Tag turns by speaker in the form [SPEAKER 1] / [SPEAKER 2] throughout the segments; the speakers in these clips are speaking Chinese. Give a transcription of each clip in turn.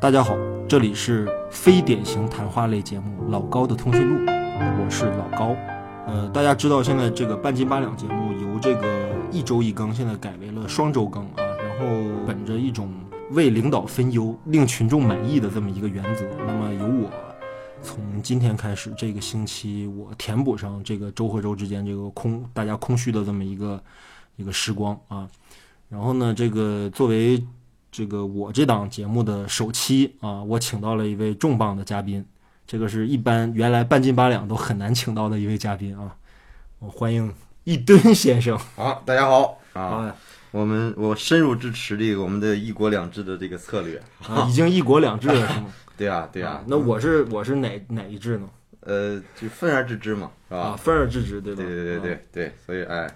[SPEAKER 1] 大家好，这里是非典型谈话类节目《老高的通讯录》，我是老高。呃，大家知道现在这个半斤八两节目由这个一周一更，现在改为了双周更啊。然后本着一种为领导分忧、令群众满意的这么一个原则，那么由我从今天开始，这个星期我填补上这个周和周之间这个空大家空虚的这么一个一个时光啊。然后呢，这个作为这个我这档节目的首期啊，我请到了一位重磅的嘉宾，这个是一般原来半斤八两都很难请到的一位嘉宾啊。我欢迎一吨先生
[SPEAKER 2] 好，大家好啊！
[SPEAKER 1] 啊
[SPEAKER 2] 我们我深入支持这个我们的一国两制的这个策略。
[SPEAKER 1] 啊，已经一国两制了是吗？
[SPEAKER 2] 对啊， 对啊，
[SPEAKER 1] 那我是我是哪哪一制呢？
[SPEAKER 2] 呃，就分而治之嘛，是
[SPEAKER 1] 啊，
[SPEAKER 2] 吧？
[SPEAKER 1] 分而治之对吧？啊
[SPEAKER 2] 对对对对对，所以哎，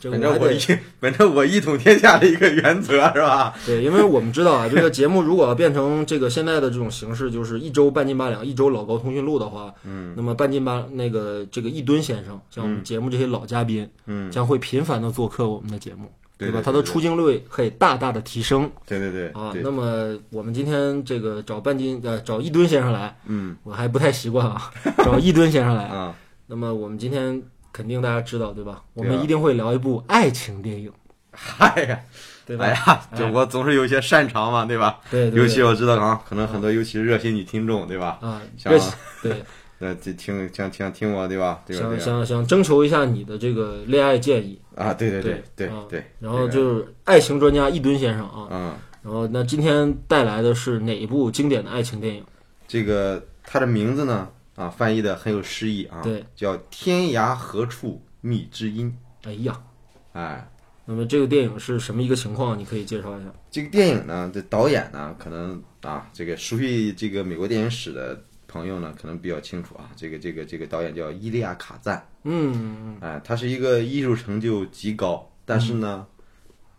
[SPEAKER 1] 这
[SPEAKER 2] 反
[SPEAKER 1] 个我
[SPEAKER 2] 正
[SPEAKER 1] 还
[SPEAKER 2] 我
[SPEAKER 1] 得
[SPEAKER 2] 一 反正我一统天下的一个原则是吧？
[SPEAKER 1] 对，因为我们知道啊，这个节目如果要变成这个现在的这种形式，就是一周半斤八两，一周老高通讯录的话，嗯，那么半斤八那个这个一吨先生，像我们节目这些老嘉宾，
[SPEAKER 2] 嗯，
[SPEAKER 1] 将会频繁的做客我们的节目，
[SPEAKER 2] 对
[SPEAKER 1] 吧？
[SPEAKER 2] 对对
[SPEAKER 1] 他的
[SPEAKER 2] 对
[SPEAKER 1] 出镜率可以大大的提升
[SPEAKER 2] 对对对
[SPEAKER 1] 啊。
[SPEAKER 2] 对，
[SPEAKER 1] 那么我们今天这个找半斤呃找一吨先生来，
[SPEAKER 2] 嗯
[SPEAKER 1] 我还不太习惯 啊，找一吨先生来。
[SPEAKER 2] 啊，
[SPEAKER 1] 那么我们今天肯定大家知道对吧？我
[SPEAKER 2] 对
[SPEAKER 1] 们
[SPEAKER 2] 啊
[SPEAKER 1] 一定会聊一部爱情电影，
[SPEAKER 2] 嗨呀，
[SPEAKER 1] 对吧？
[SPEAKER 2] 哎呀，就我总是有一些擅长嘛，对吧？
[SPEAKER 1] 对对
[SPEAKER 2] 尤其
[SPEAKER 1] 对
[SPEAKER 2] 我知道啊，可能很多尤其是热心女听众，对吧？
[SPEAKER 1] 啊，
[SPEAKER 2] 想
[SPEAKER 1] 热情对。
[SPEAKER 2] 那就听想想听我，对吧？对吧？
[SPEAKER 1] 想
[SPEAKER 2] 对吧？
[SPEAKER 1] 想想征求一下你的这个恋爱建议，
[SPEAKER 2] 啊，对对对对
[SPEAKER 1] 啊
[SPEAKER 2] 对，
[SPEAKER 1] 然后
[SPEAKER 2] 这个
[SPEAKER 1] 就是爱情专家一吨先生啊，
[SPEAKER 2] 嗯。
[SPEAKER 1] 然后那今天带来的是哪一部经典的爱情电影？
[SPEAKER 2] 这个它的名字呢啊，翻译的很有诗意啊，
[SPEAKER 1] 对，
[SPEAKER 2] 叫“天涯何处觅知音
[SPEAKER 1] 哎呀，”。
[SPEAKER 2] 哎，
[SPEAKER 1] 那么这个电影是什么一个情况？你可以介绍一下。
[SPEAKER 2] 这个电影呢，这导演呢，可能啊，这个熟悉这个美国电影史的朋友呢，可能比较清楚啊，这个这个这个导演叫伊利亚·卡赞，
[SPEAKER 1] 嗯，
[SPEAKER 2] 哎，他是一个艺术成就极高，但是
[SPEAKER 1] 嗯
[SPEAKER 2] 呢。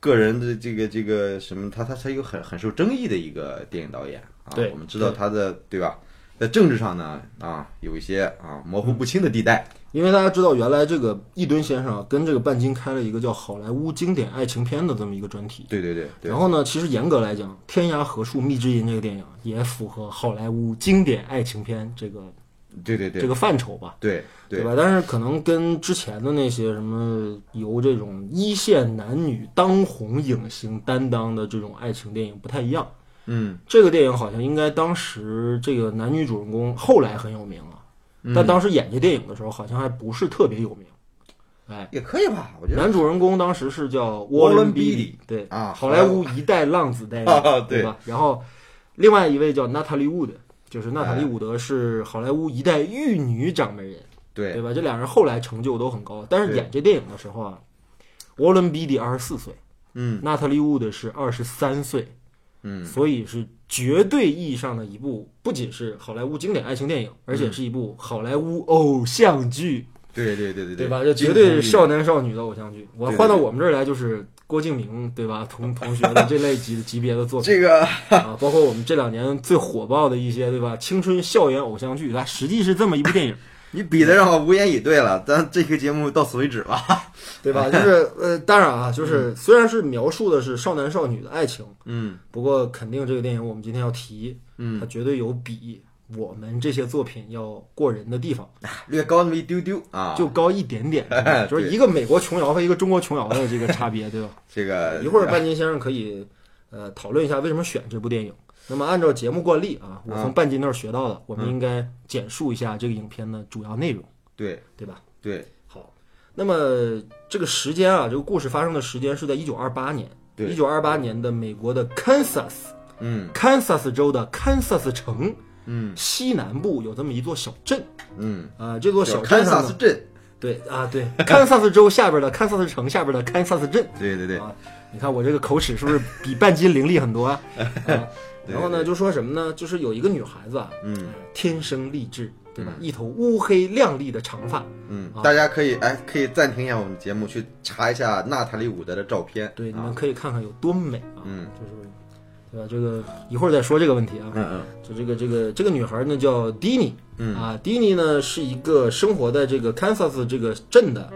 [SPEAKER 2] 个人的这个这个什么，他他他一个很很受争议的一个电影导演啊
[SPEAKER 1] 对，
[SPEAKER 2] 我们知道他的对吧，在政治上呢啊有一些啊模糊不清的地带，
[SPEAKER 1] 因为大家知道，原来这个一吨先生啊跟这个半斤开了一个叫“好莱坞经典爱情片”的这么一个专题。
[SPEAKER 2] 对对对对
[SPEAKER 1] 然后呢，其实严格来讲，《天涯何处觅知音》这个电影啊也符合好莱坞经典爱情片这个
[SPEAKER 2] 对对对
[SPEAKER 1] 这个范畴吧。
[SPEAKER 2] 对
[SPEAKER 1] 对吧？但是可能跟之前的那些什么由这种一线男女当红影星担当的这种爱情电影不太一样。
[SPEAKER 2] 嗯
[SPEAKER 1] 这个电影好像应该当时这个男女主人公后来很有名啊，
[SPEAKER 2] 嗯
[SPEAKER 1] 但当时演这电影的时候好像还不是特别有名。哎，
[SPEAKER 2] 也可以吧，我觉得
[SPEAKER 1] 男主人公当时是叫
[SPEAKER 2] 沃伦
[SPEAKER 1] 比
[SPEAKER 2] 比利
[SPEAKER 1] 对
[SPEAKER 2] 啊
[SPEAKER 1] 好莱坞一代浪子代
[SPEAKER 2] 啊
[SPEAKER 1] 言，
[SPEAKER 2] 对
[SPEAKER 1] 吧？然后另外一位叫娜塔莉·伍德，就是
[SPEAKER 2] 哎
[SPEAKER 1] 娜塔莉·伍德是好莱坞一代玉女掌门人。对
[SPEAKER 2] 对
[SPEAKER 1] 吧？这俩人后来成就都很高，但是
[SPEAKER 2] 对
[SPEAKER 1] 演这电影的时候啊，沃伦比迪二十四岁，
[SPEAKER 2] 嗯
[SPEAKER 1] 娜塔莉·伍德是二十三岁，
[SPEAKER 2] 嗯
[SPEAKER 1] 所以是绝对意义上的一部，不仅是好莱坞经典爱情电影，而
[SPEAKER 2] 嗯
[SPEAKER 1] 且是一部好莱坞偶像剧，
[SPEAKER 2] 对对对对
[SPEAKER 1] 对
[SPEAKER 2] 对
[SPEAKER 1] 吧？这绝对是
[SPEAKER 2] 笑
[SPEAKER 1] 少男少女的偶像剧。我
[SPEAKER 2] 对对
[SPEAKER 1] 换到我们这儿来就是郭敬明，对吧？同同学的这类级 级别的作品
[SPEAKER 2] 这个
[SPEAKER 1] 啊，包括我们这两年最火爆的一些，对吧？青春校园偶像剧，它实际是这么一部电影。
[SPEAKER 2] 你比的让我无言以对了，咱这个节目到此为止吧。
[SPEAKER 1] 对 吧？就是呃，当然啊，就是虽然是描述的是少男少女的爱情，
[SPEAKER 2] 嗯
[SPEAKER 1] 不过肯定这个电影我们今天要提，它
[SPEAKER 2] 嗯，
[SPEAKER 1] 绝对有比我们这些作品要过人的地方，
[SPEAKER 2] 略高那么一丢丢啊，
[SPEAKER 1] 就高一点点，
[SPEAKER 2] 对
[SPEAKER 1] 就是一个美国琼瑶和一个中国琼瑶的这个差别，对吧？
[SPEAKER 2] 这个
[SPEAKER 1] 一会儿半斤先生可以呃讨论一下为什么选这部电影。那么按照节目惯例啊，我从半斤那儿学到的，我
[SPEAKER 2] 嗯
[SPEAKER 1] 们应该简述一下这个影片的主要内容，
[SPEAKER 2] 对
[SPEAKER 1] 对吧？
[SPEAKER 2] 对
[SPEAKER 1] 好，那么这个时间啊，这个故事发生的时间是在一九二八年，
[SPEAKER 2] 对
[SPEAKER 1] 一九二八年的美国的堪萨斯，
[SPEAKER 2] 嗯
[SPEAKER 1] 堪萨斯州的堪萨斯城
[SPEAKER 2] 嗯
[SPEAKER 1] 西南部有这么一座小镇
[SPEAKER 2] 嗯，
[SPEAKER 1] 啊、这座
[SPEAKER 2] 叫
[SPEAKER 1] 小
[SPEAKER 2] 堪
[SPEAKER 1] 镇
[SPEAKER 2] 萨
[SPEAKER 1] 上
[SPEAKER 2] 斯
[SPEAKER 1] 呢，
[SPEAKER 2] 镇，
[SPEAKER 1] 对啊，对，堪萨斯州下边的堪萨斯城下边的堪萨斯镇，
[SPEAKER 2] 对对对
[SPEAKER 1] 啊，你看我这个口齿是不是比半斤伶俐很 多啊？啊然后呢，就说什么呢？就是有一个女孩子啊，
[SPEAKER 2] 嗯
[SPEAKER 1] 哎，天生丽质，对吧？一头乌黑亮丽的长发，
[SPEAKER 2] 嗯，
[SPEAKER 1] 啊
[SPEAKER 2] 大家可以哎可以暂停一下我们节目，去查一下娜塔莉伍德的照片。
[SPEAKER 1] 对，你
[SPEAKER 2] 啊
[SPEAKER 1] 们可以看看有多美啊！
[SPEAKER 2] 嗯
[SPEAKER 1] 就是，对吧？这个一会儿再说这个问题啊。
[SPEAKER 2] 嗯嗯
[SPEAKER 1] 就这个这个这个女孩呢叫迪尼，
[SPEAKER 2] 嗯
[SPEAKER 1] 啊，迪尼呢是一个生活在这个堪萨斯这个镇的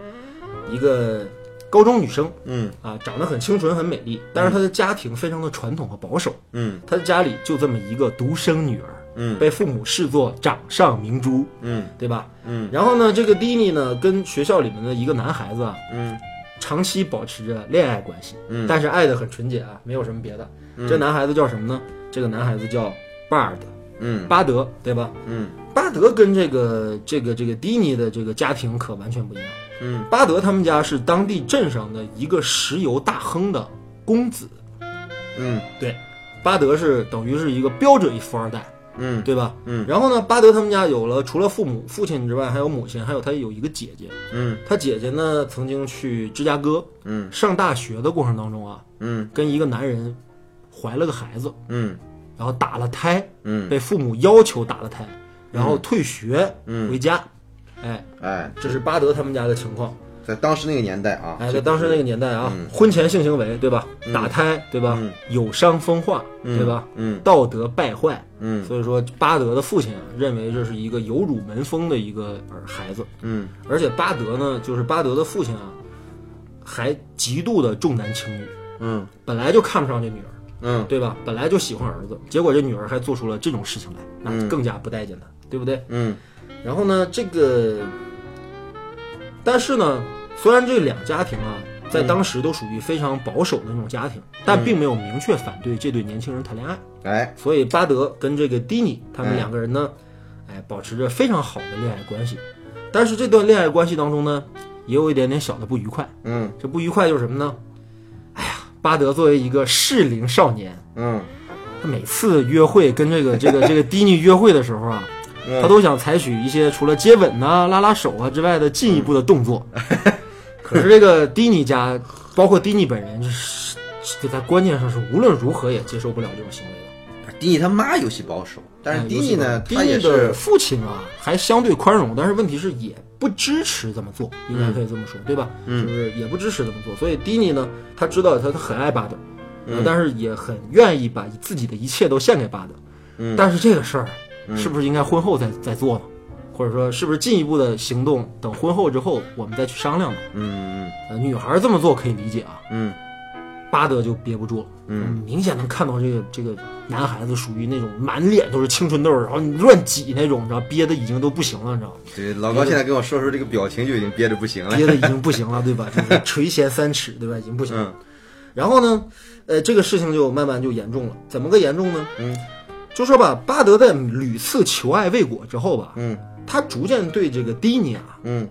[SPEAKER 1] 一个高中女生
[SPEAKER 2] 嗯
[SPEAKER 1] 啊，长得很清纯很美丽，但是她的家庭非常的传统和保守，
[SPEAKER 2] 嗯
[SPEAKER 1] 她的家里就这么一个独生女儿，
[SPEAKER 2] 嗯
[SPEAKER 1] 被父母视作掌上明珠，
[SPEAKER 2] 嗯
[SPEAKER 1] 对吧？
[SPEAKER 2] 嗯
[SPEAKER 1] 然后呢，这个迪尼呢跟学校里面的一个男孩子啊，
[SPEAKER 2] 嗯
[SPEAKER 1] 长期保持着恋爱关系，
[SPEAKER 2] 嗯
[SPEAKER 1] 但是爱的很纯洁啊，没有什么别的。这男孩子叫什么呢？这个男孩子叫巴尔德，
[SPEAKER 2] 嗯
[SPEAKER 1] 巴德，对吧？
[SPEAKER 2] 嗯
[SPEAKER 1] 巴德跟这个这个这个迪尼的这个家庭可完全不一样。
[SPEAKER 2] 嗯
[SPEAKER 1] 巴德他们家是当地镇上的一个石油大亨的公子，
[SPEAKER 2] 嗯
[SPEAKER 1] 对，巴德是等于是一个标准富二代，
[SPEAKER 2] 嗯
[SPEAKER 1] 对吧？
[SPEAKER 2] 嗯
[SPEAKER 1] 然后呢，巴德他们家有了除了父母父亲之外，还有母亲，还有他有一个姐姐。
[SPEAKER 2] 嗯
[SPEAKER 1] 他姐姐呢曾经去芝加哥
[SPEAKER 2] 嗯
[SPEAKER 1] 上大学的过程当中啊，
[SPEAKER 2] 嗯
[SPEAKER 1] 跟一个男人怀了个孩子，
[SPEAKER 2] 嗯
[SPEAKER 1] 然后打了胎，
[SPEAKER 2] 嗯，
[SPEAKER 1] 被父母要求打了胎，然后退学
[SPEAKER 2] 嗯
[SPEAKER 1] 回家。哎，
[SPEAKER 2] 哎，
[SPEAKER 1] 这是巴德他们家的情况。
[SPEAKER 2] 在当时那个年代啊，
[SPEAKER 1] 哎，在
[SPEAKER 2] 这
[SPEAKER 1] 当时那个年代啊，婚前性行为对吧？打胎对吧？
[SPEAKER 2] 嗯
[SPEAKER 1] 有伤风化对吧？
[SPEAKER 2] 嗯
[SPEAKER 1] 道德败坏。
[SPEAKER 2] 嗯
[SPEAKER 1] 所以说，巴德的父亲啊，认为这是一个有辱门风的一个儿孩子，
[SPEAKER 2] 嗯
[SPEAKER 1] 而且巴德呢，就是巴德的父亲啊，还极度的重男轻女，
[SPEAKER 2] 嗯
[SPEAKER 1] 本来就看不上这女儿，
[SPEAKER 2] 嗯
[SPEAKER 1] 对吧？本来就喜欢儿子，结果这女儿还做出了这种事情来，那
[SPEAKER 2] 嗯
[SPEAKER 1] 更加不待见他，对不对？
[SPEAKER 2] 嗯
[SPEAKER 1] 然后呢，这个，但是呢，虽然这两家庭啊，在当时都属于非常保守的那种家庭，但并没有明确反对这对年轻人谈恋爱，
[SPEAKER 2] 哎
[SPEAKER 1] 所以巴德跟这个迪尼他们两个人呢，哎，保持着非常好的恋爱关系。但是这段恋爱关系当中呢，也有一点点小的不愉快。
[SPEAKER 2] 嗯
[SPEAKER 1] 这不愉快就是什么呢？哎呀，巴德作为一个适龄少年，
[SPEAKER 2] 嗯
[SPEAKER 1] 他每次约会跟这个这个这个迪尼约会的时候啊，
[SPEAKER 2] 嗯
[SPEAKER 1] 他都想采取一些除了接吻呐、拉拉手啊之外的进一步的动作。可是这个迪尼家，包括迪尼本人，这是这在观念上是无论如何也接受不了这种行为的。
[SPEAKER 2] 迪尼他妈游戏保守，但是
[SPEAKER 1] 哎
[SPEAKER 2] 迪尼呢，
[SPEAKER 1] 迪
[SPEAKER 2] 他
[SPEAKER 1] 尼
[SPEAKER 2] 也
[SPEAKER 1] 的
[SPEAKER 2] 是
[SPEAKER 1] 父亲啊，还相对宽容，但是问题是也不支持这么做，应该可以这么说，对吧？
[SPEAKER 2] 嗯
[SPEAKER 1] 就是也不支持这么做，所以迪尼呢，他知道他他很爱巴德，呃但是也很愿意把自己的一切都献给巴德。
[SPEAKER 2] 嗯
[SPEAKER 1] 但是这个事儿是不是应该婚后再再做呢？或者说，是不是进一步的行动等婚后之后我们再去商量呢？
[SPEAKER 2] 嗯
[SPEAKER 1] 呃，女孩这么做可以理解啊，
[SPEAKER 2] 嗯
[SPEAKER 1] 巴德就憋不住了，嗯，明显能看到这个这个男孩子属于那种满脸都是青春痘，然后你乱挤那种，你知道憋的已经都不行了，你知道 吗？
[SPEAKER 2] 嗯，对，老高现在跟我说说这个表情就已经憋得不行了，
[SPEAKER 1] 憋的已经不行了，对吧？就是垂涎三尺，对吧？已经不行了。
[SPEAKER 2] 嗯
[SPEAKER 1] 然后呢，呃，这个事情就慢慢就严重了，怎么个严重呢？
[SPEAKER 2] 嗯
[SPEAKER 1] 就说吧，巴德在屡次求爱未果之后吧，
[SPEAKER 2] 嗯
[SPEAKER 1] 他逐渐对这个迪尼啊，
[SPEAKER 2] 嗯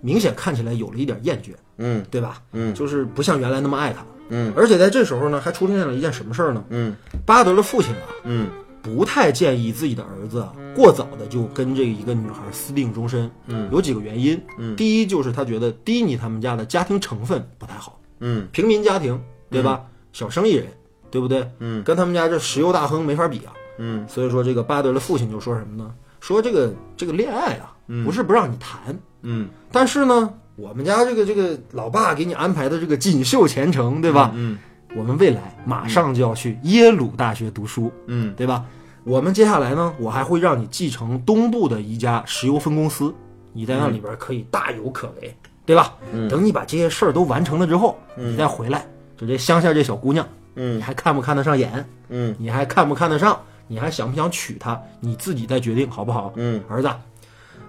[SPEAKER 1] 明显看起来有了一点厌倦，
[SPEAKER 2] 嗯
[SPEAKER 1] 对吧？
[SPEAKER 2] 嗯
[SPEAKER 1] 就是不像原来那么爱他了。
[SPEAKER 2] 嗯
[SPEAKER 1] 而且在这时候呢，还出现了一件什么事儿呢？
[SPEAKER 2] 嗯
[SPEAKER 1] 巴德的父亲啊，
[SPEAKER 2] 嗯
[SPEAKER 1] 不太建议自己的儿子啊过早的就跟这一个女孩私定终身。
[SPEAKER 2] 嗯，
[SPEAKER 1] 有几个原因。
[SPEAKER 2] 嗯
[SPEAKER 1] 第一就是他觉得迪尼他们家的家庭成分不太好，
[SPEAKER 2] 嗯
[SPEAKER 1] 平民家庭，对吧？小生意人，对不对？
[SPEAKER 2] 嗯
[SPEAKER 1] 跟他们家这石油大亨没法比啊。
[SPEAKER 2] 嗯
[SPEAKER 1] 所以说，这个巴德的父亲就说什么呢？说这个这个恋爱啊，不是不让你谈，
[SPEAKER 2] 嗯
[SPEAKER 1] 但是呢，我们家这个这个老爸给你安排的这个锦绣前程，对吧？
[SPEAKER 2] 嗯
[SPEAKER 1] 我们未来马上就要去耶鲁大学读书，
[SPEAKER 2] 嗯
[SPEAKER 1] 对吧？我们接下来呢，我还会让你继承东部的一家石油分公司，你在那
[SPEAKER 2] 嗯
[SPEAKER 1] 里边可以大有可为，对吧？等你把这些事儿都完成了之后，你再回来，就这乡下这小姑娘，
[SPEAKER 2] 嗯
[SPEAKER 1] 你还看不看得上眼？
[SPEAKER 2] 嗯
[SPEAKER 1] 你还看不看得上？你还想不想娶她？你自己再决定好不好？
[SPEAKER 2] 嗯
[SPEAKER 1] 儿子，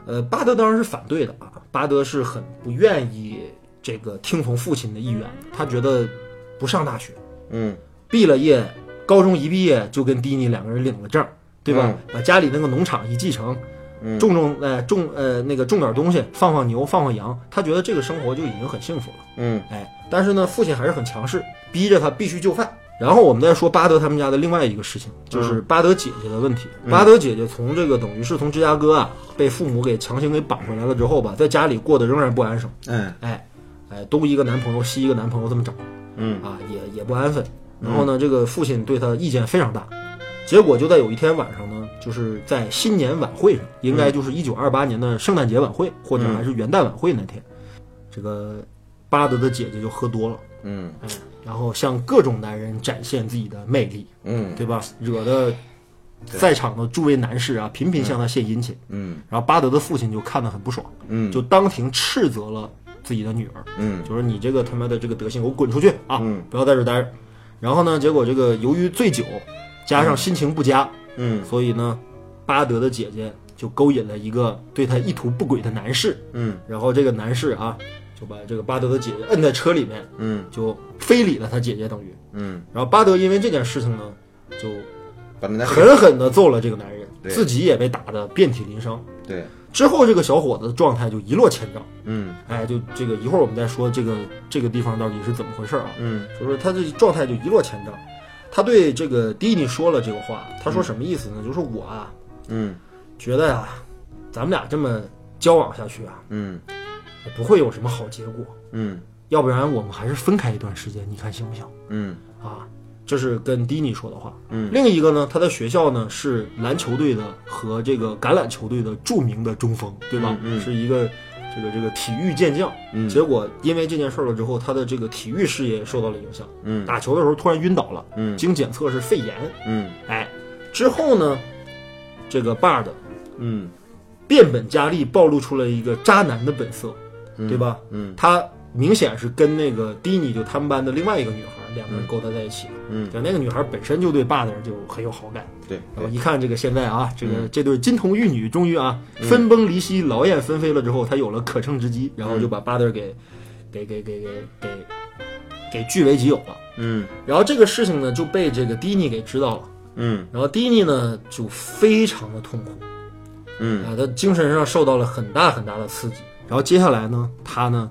[SPEAKER 1] 呃，巴德当然是反对的啊，巴德是很不愿意这个听从父亲的意愿的，他觉得不上大学，
[SPEAKER 2] 嗯
[SPEAKER 1] 毕了业，高中一毕业就跟迪尼两个人领了证，对吧？把家里那个农场一继承，
[SPEAKER 2] 嗯
[SPEAKER 1] 种种呃种呃那个种点东西，放放牛，放放羊，他觉得这个生活就已经很幸福了。
[SPEAKER 2] 嗯
[SPEAKER 1] 哎，但是呢，父亲还是很强势，逼着他必须就范。然后我们再说巴德他们家的另外一个事情，就是巴德姐姐的问题。巴德姐姐从这个等于是从芝加哥啊被父母给强行给绑回来了之后吧，在家里过得仍然不安生，
[SPEAKER 2] 嗯
[SPEAKER 1] 哎，哎，东一个男朋友西一个男朋友这么找，
[SPEAKER 2] 嗯
[SPEAKER 1] 啊，也也不安分。然后呢，这个父亲对他意见非常大，结果就在有一天晚上呢，就是在新年晚会上，应
[SPEAKER 2] 嗯
[SPEAKER 1] 该就是一九二八年的圣诞节晚会，或者还是元旦晚会那天，这个巴德的姐姐就喝多了，
[SPEAKER 2] 嗯
[SPEAKER 1] 哎，然后向各种男人展现自己的魅力，
[SPEAKER 2] 嗯
[SPEAKER 1] 对吧？惹得在场的诸位男士啊，频频向他献殷勤。
[SPEAKER 2] 嗯
[SPEAKER 1] 然后巴德的父亲就看得很不爽，
[SPEAKER 2] 嗯
[SPEAKER 1] 就当庭斥责了自己的女儿，
[SPEAKER 2] 嗯
[SPEAKER 1] 就是你这个他妈的这个德行，给我滚出去啊！
[SPEAKER 2] 嗯
[SPEAKER 1] 不要在这儿待着。然后呢，结果这个由于醉酒，加上心情不佳，
[SPEAKER 2] 嗯
[SPEAKER 1] 所以呢，巴德的姐姐就勾引了一个对他意图不轨的男士，
[SPEAKER 2] 嗯
[SPEAKER 1] 然后这个男士啊，就把这个巴德的姐姐摁在车里面，
[SPEAKER 2] 嗯
[SPEAKER 1] 就非礼了他姐姐等于。
[SPEAKER 2] 嗯，
[SPEAKER 1] 然后巴德因为这件事情呢，就
[SPEAKER 2] 把那男
[SPEAKER 1] 狠狠地揍了这个男人，
[SPEAKER 2] 对
[SPEAKER 1] 自己也被打得遍体鳞伤。哎
[SPEAKER 2] 对，
[SPEAKER 1] 之后这个小伙子的状态就一落千丈，
[SPEAKER 2] 嗯
[SPEAKER 1] 哎，就这个一会儿我们再说这个这个地方到底是怎么回事啊？
[SPEAKER 2] 嗯
[SPEAKER 1] 所以说他这状态就一落千丈。他对这个迪尼说了这个话，他说什么意思呢？就是我啊，
[SPEAKER 2] 嗯
[SPEAKER 1] 觉得呀、咱们俩这么交往下去啊，
[SPEAKER 2] 嗯
[SPEAKER 1] 也不会有什么好结果。
[SPEAKER 2] 嗯
[SPEAKER 1] 要不然我们还是分开一段时间，你看行不行？
[SPEAKER 2] 嗯
[SPEAKER 1] 啊，这是跟迪尼说的话。
[SPEAKER 2] 嗯
[SPEAKER 1] 另一个呢，他在学校呢是篮球队的和这个橄榄球队的著名的中锋，对吧？
[SPEAKER 2] 嗯嗯
[SPEAKER 1] 是一个这个这个体育健将。
[SPEAKER 2] 嗯
[SPEAKER 1] 结果因为这件事儿了之后，他的这个体育事业也受到了影响，
[SPEAKER 2] 嗯
[SPEAKER 1] 打球的时候突然晕倒了，
[SPEAKER 2] 嗯
[SPEAKER 1] 经检测是肺炎。
[SPEAKER 2] 嗯
[SPEAKER 1] 哎，之后呢，这个 Bard
[SPEAKER 2] 嗯
[SPEAKER 1] 变本加厉暴露出了一个渣男的本色，
[SPEAKER 2] 嗯
[SPEAKER 1] 对吧？
[SPEAKER 2] 嗯
[SPEAKER 1] 他明显是跟那个迪尼，就他们班的另外一个女孩，两个人勾搭在一起。
[SPEAKER 2] 嗯
[SPEAKER 1] 对，那个女孩本身就对霸的人就很有好感。
[SPEAKER 2] 对嗯
[SPEAKER 1] 然后一看这个现在啊，这个这对金童玉女终于啊分崩离析、劳燕分飞了之后，他有了可乘之机，
[SPEAKER 2] 嗯
[SPEAKER 1] 然后就把巴德给给给给给给给据为己有了。
[SPEAKER 2] 嗯
[SPEAKER 1] 然后这个事情呢就被这个迪尼给知道了，
[SPEAKER 2] 嗯
[SPEAKER 1] 然后迪尼呢就非常的痛苦，
[SPEAKER 2] 嗯
[SPEAKER 1] 啊，他精神上受到了很大很大的刺激。然后接下来呢，他呢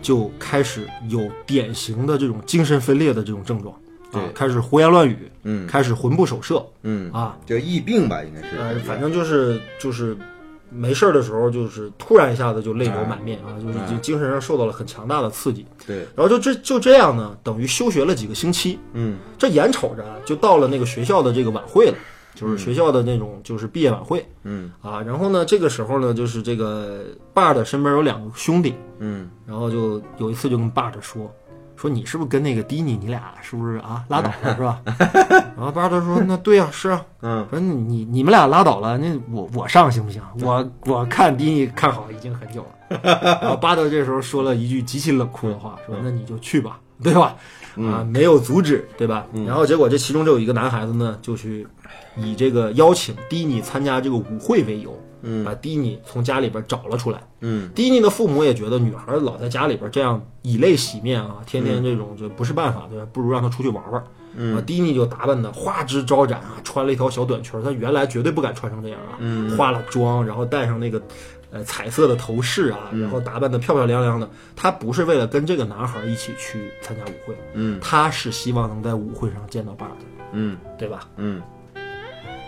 [SPEAKER 1] 就开始有典型的这种精神分裂的这种症状，啊
[SPEAKER 2] 对，
[SPEAKER 1] 开始胡言乱语，
[SPEAKER 2] 嗯
[SPEAKER 1] 开始魂不守舍
[SPEAKER 2] 嗯，
[SPEAKER 1] 啊，
[SPEAKER 2] 叫疫病吧，应该是
[SPEAKER 1] 呃，反正就是就是没事儿的时候，就是突然一下子就泪流满面啊，就是已经精神上受到了很强大的刺激。
[SPEAKER 2] 对，
[SPEAKER 1] 然后就这就这样呢，等于休学了几个星期，
[SPEAKER 2] 嗯
[SPEAKER 1] 这眼瞅着啊就到了那个学校的这个晚会了，就是学校的那种就是毕业晚会。
[SPEAKER 2] 嗯
[SPEAKER 1] 啊，然后呢，这个时候呢，就是这个 Bard 身边有两个兄弟，
[SPEAKER 2] 嗯
[SPEAKER 1] 然后就有一次就跟 Bard 说，说你是不是跟那个迪尼，你俩是不是啊拉倒了是吧？ 然后 Bard 说，那对啊，是啊，
[SPEAKER 2] 嗯
[SPEAKER 1] 说你你你们俩拉倒了，那我我上行不行？我我看迪尼看好已经很久 了。然后 Bard 这时候说了一句极其冷酷的话，
[SPEAKER 2] 嗯
[SPEAKER 1] 说那你就去吧，对吧？啊，没有阻止，对吧？
[SPEAKER 2] 嗯
[SPEAKER 1] 然后结果这其中就有一个男孩子呢，就去以这个邀请迪尼参加这个舞会为由，
[SPEAKER 2] 嗯
[SPEAKER 1] 把迪尼从家里边找了出来。
[SPEAKER 2] 嗯
[SPEAKER 1] 迪尼的父母也觉得女孩老在家里边这样以泪洗面啊，天天这种这不是办法，对吧？不如让她出去玩玩。
[SPEAKER 2] 嗯
[SPEAKER 1] 啊，迪尼就打扮的花枝招展啊，穿了一条小短裙儿，她原来绝对不敢穿成这样啊，
[SPEAKER 2] 嗯
[SPEAKER 1] 化了妆，然后戴上那个呃彩色的头饰啊，
[SPEAKER 2] 嗯
[SPEAKER 1] 然后打扮的漂漂亮亮的。她不是为了跟这个男孩一起去参加舞会，
[SPEAKER 2] 嗯
[SPEAKER 1] 她是希望能在舞会上见到巴尔的，
[SPEAKER 2] 嗯
[SPEAKER 1] 对吧？
[SPEAKER 2] 嗯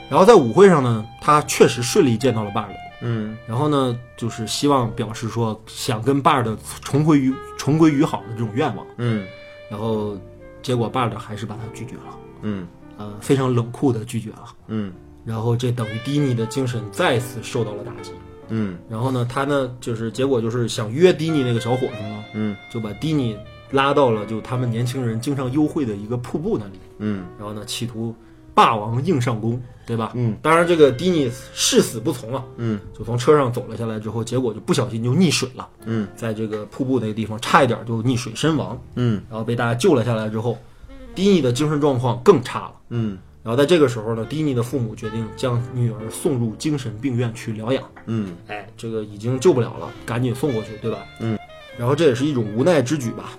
[SPEAKER 1] 然后在舞会上呢，她确实顺利见到了巴尔的。
[SPEAKER 2] 嗯
[SPEAKER 1] 然后呢，就是希望表示说想跟 Bard 重归于重归于好的这种愿望。
[SPEAKER 2] 嗯
[SPEAKER 1] 然后结果 Bard 还是把他拒绝了，
[SPEAKER 2] 嗯
[SPEAKER 1] 呃，非常冷酷的拒绝了。
[SPEAKER 2] 嗯
[SPEAKER 1] 然后这等于迪尼的精神再次受到了打击。
[SPEAKER 2] 嗯
[SPEAKER 1] 然后呢，他呢就是结果就是想约迪尼那个小伙子呢，
[SPEAKER 2] 嗯
[SPEAKER 1] 就把迪尼拉到了就他们年轻人经常幽会的一个瀑布那里，
[SPEAKER 2] 嗯
[SPEAKER 1] 然后呢企图霸王硬上弓，对吧？
[SPEAKER 2] 嗯，
[SPEAKER 1] 当然这个迪尼誓死不从啊，
[SPEAKER 2] 嗯
[SPEAKER 1] 就从车上走了下来之后，结果就不小心就溺水了，
[SPEAKER 2] 嗯
[SPEAKER 1] 在这个瀑布那个地方差一点就溺水身亡，
[SPEAKER 2] 嗯
[SPEAKER 1] 然后被大家救了下来之后，迪尼的精神状况更差了。
[SPEAKER 2] 嗯
[SPEAKER 1] 然后在这个时候呢，迪尼的父母决定将女儿送入精神病院去疗养。
[SPEAKER 2] 嗯
[SPEAKER 1] 哎，这个已经救不了了，赶紧送过去，对吧？
[SPEAKER 2] 嗯。
[SPEAKER 1] 然后这也是一种无奈之举吧。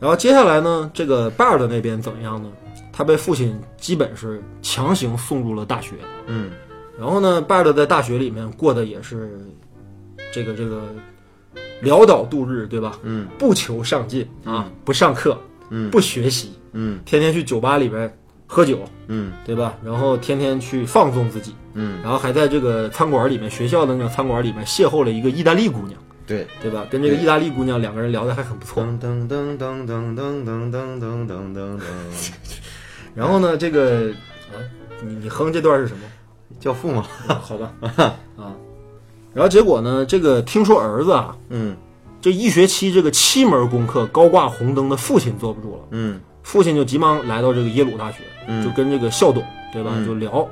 [SPEAKER 1] 然后接下来呢，这个 Bard 那边怎么样呢？他被父亲基本是强行送入了大学，
[SPEAKER 2] 嗯
[SPEAKER 1] 然后呢，Bard 在大学里面过得也是这个这个潦倒度日，对吧？
[SPEAKER 2] 嗯
[SPEAKER 1] 不求上进啊，不上课，
[SPEAKER 2] 嗯
[SPEAKER 1] 不学习，
[SPEAKER 2] 嗯
[SPEAKER 1] 天天去酒吧里边喝酒，
[SPEAKER 2] 嗯
[SPEAKER 1] 对吧？然后天天去放纵自己，
[SPEAKER 2] 嗯，
[SPEAKER 1] 然后还在这个餐馆里面，学校的那个餐馆里面邂逅了一个意大利姑娘，
[SPEAKER 2] 对。
[SPEAKER 1] 对吧？跟这个意大利姑娘两个人聊得还很不错。
[SPEAKER 2] 噔噔噔噔噔噔噔噔噔噔噔噔，
[SPEAKER 1] 然后呢，这个啊，你你哼这段是什么？
[SPEAKER 2] 教父嘛，
[SPEAKER 1] 好吧，啊，然后结果呢，这个听说儿子啊，
[SPEAKER 2] 嗯
[SPEAKER 1] 这一学期这个七门功课高挂红灯的父亲坐不住了，
[SPEAKER 2] 嗯
[SPEAKER 1] 父亲就急忙来到这个耶鲁大学，
[SPEAKER 2] 嗯
[SPEAKER 1] 就跟这个校董对吧，
[SPEAKER 2] 嗯
[SPEAKER 1] 就聊。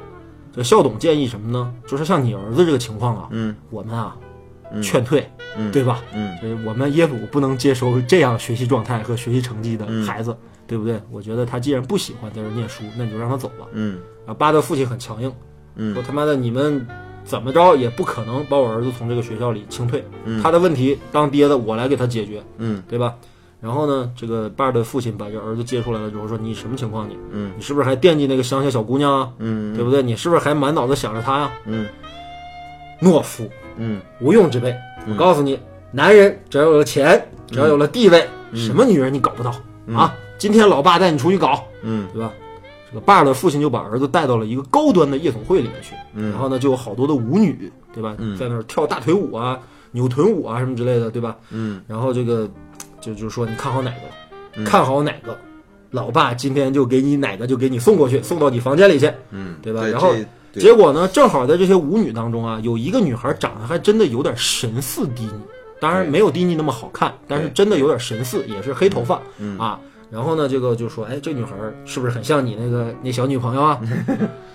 [SPEAKER 1] 这校董建议什么呢？就是像你儿子这个情况啊，
[SPEAKER 2] 嗯
[SPEAKER 1] 我们啊劝退，
[SPEAKER 2] 嗯
[SPEAKER 1] 对吧？
[SPEAKER 2] 嗯
[SPEAKER 1] 所以我们耶鲁不能接受这样学习状态和学习成绩的
[SPEAKER 2] 嗯
[SPEAKER 1] 孩子，对不对？我觉得他既然不喜欢在这儿念书，那你就让他走吧。
[SPEAKER 2] 嗯
[SPEAKER 1] 啊，巴的父亲很强硬，
[SPEAKER 2] 嗯
[SPEAKER 1] 说他妈的你们怎么着也不可能把我儿子从这个学校里清退，他的问题当爹的我来给他解决，
[SPEAKER 2] 嗯
[SPEAKER 1] 对吧？然后呢，这个巴尔的父亲把这儿子接出来了之后说：“你什么情况你？
[SPEAKER 2] 嗯
[SPEAKER 1] 你是不是还惦记那个乡下小姑娘啊？
[SPEAKER 2] 嗯
[SPEAKER 1] 对不对？你是不是还满脑子想着她呀、
[SPEAKER 2] 嗯
[SPEAKER 1] 懦夫，
[SPEAKER 2] 嗯
[SPEAKER 1] 无用之辈。我告诉你，男人只要有了钱，只要有了地位，什么女人你搞不到、啊！今天老爸带你出去搞，
[SPEAKER 2] 嗯
[SPEAKER 1] 对吧？这个巴尔的父亲就把儿子带到了一个高端的夜总会里面去，
[SPEAKER 2] 嗯
[SPEAKER 1] 然后呢，就有好多的舞女，对吧？在那儿跳大腿舞啊、扭臀舞啊什么之类的，对吧？
[SPEAKER 2] 嗯
[SPEAKER 1] 然后这个就就说你看好哪个了，看好哪个，老爸今天就给你哪个就给你送过去，送到你房间里去。
[SPEAKER 2] 嗯，
[SPEAKER 1] 对吧
[SPEAKER 2] 这
[SPEAKER 1] 然后
[SPEAKER 2] 这对
[SPEAKER 1] 结果呢，正好在这些舞女当中啊，有一个女孩长得还真的有点神似迪尼，当然
[SPEAKER 2] 对
[SPEAKER 1] 没有迪尼那么好看，但是
[SPEAKER 2] 对
[SPEAKER 1] 真的有点神似，也是黑头发、
[SPEAKER 2] 嗯
[SPEAKER 1] 啊。然后呢，这个就说，哎，这女孩是不是很像你那个那小女朋友 啊？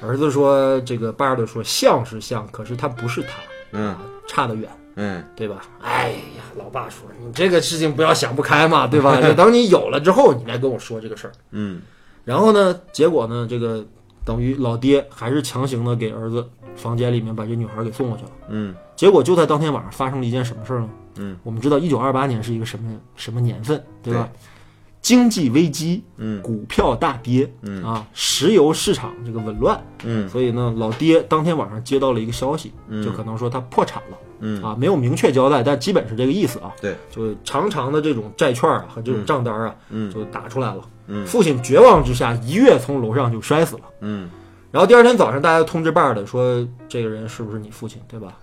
[SPEAKER 1] 儿子说，这个巴尔的说像是像，可是她不是她，
[SPEAKER 2] 嗯
[SPEAKER 1] 差得远。
[SPEAKER 2] 嗯
[SPEAKER 1] 对吧？哎呀，老爸说你这个事情不要想不开嘛，对 吧？就等你有了之后，你来跟我说这个事儿。
[SPEAKER 2] 嗯
[SPEAKER 1] 然后呢，结果呢，这个等于老爹还是强行的给儿子房间里面把这女孩给送过去了。
[SPEAKER 2] 嗯
[SPEAKER 1] 结果就在当天晚上发生了一件什么事儿呢？
[SPEAKER 2] 嗯，
[SPEAKER 1] 我们知道一九二八年是一个什么什么年份，对吧？经济危机，
[SPEAKER 2] 嗯
[SPEAKER 1] 股票大跌，嗯啊，石油市场这个紊乱，
[SPEAKER 2] 嗯
[SPEAKER 1] 所以呢，老爹当天晚上接到了一个消息，就可能说他破产了，
[SPEAKER 2] 嗯
[SPEAKER 1] 啊，没有明确交代，但基本是这个意思啊。
[SPEAKER 2] 对，
[SPEAKER 1] 就长长的这种债券啊和这种账单啊，
[SPEAKER 2] 嗯
[SPEAKER 1] 就打出来了。
[SPEAKER 2] 嗯
[SPEAKER 1] 父亲绝望之下一跃从楼上就摔死了。
[SPEAKER 2] 嗯
[SPEAKER 1] 然后第二天早上，大家通知巴尔的说，这个人是不是你父亲，对吧？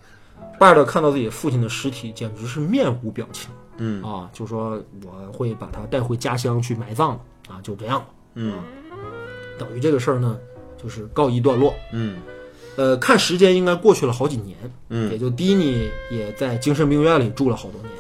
[SPEAKER 1] 巴尔的看到自己父亲的尸体，简直是面无表情。
[SPEAKER 2] 嗯
[SPEAKER 1] 啊，就说我会把他带回家乡去埋葬了啊，就这样了。
[SPEAKER 2] 嗯
[SPEAKER 1] 等于这个事儿呢，就是告一段落。
[SPEAKER 2] 嗯
[SPEAKER 1] 呃，看时间应该过去了好几年，
[SPEAKER 2] 嗯，
[SPEAKER 1] 也就迪尼也在精神病院里住了好多年。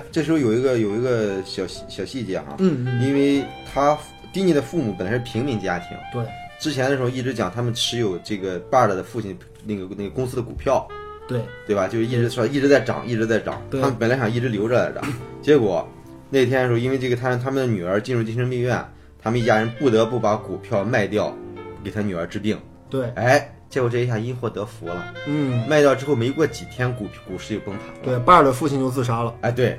[SPEAKER 2] 哎，这时候有一个有一个小细小细节哈，
[SPEAKER 1] 嗯
[SPEAKER 2] 因为他迪尼的父母本来是平民家庭，
[SPEAKER 1] 对，
[SPEAKER 2] 之前的时候一直讲他们持有这个巴尔的父亲那个那个公司的股票，
[SPEAKER 1] 对，
[SPEAKER 2] 对吧？就是一直说一直在涨，一直在涨。
[SPEAKER 1] 对
[SPEAKER 2] 他们本来想一直留着来着，结果那天的时候，因为这个他他们的女儿进入精神病院，他们一家人不得不把股票卖掉，给他女儿治病。
[SPEAKER 1] 对，
[SPEAKER 2] 哎，结果这一下因祸得福了，
[SPEAKER 1] 嗯，
[SPEAKER 2] 卖掉之后没过几天，股股市就崩盘了。
[SPEAKER 1] 对，巴尔的父亲就自杀了，
[SPEAKER 2] 哎，对
[SPEAKER 1] 哎，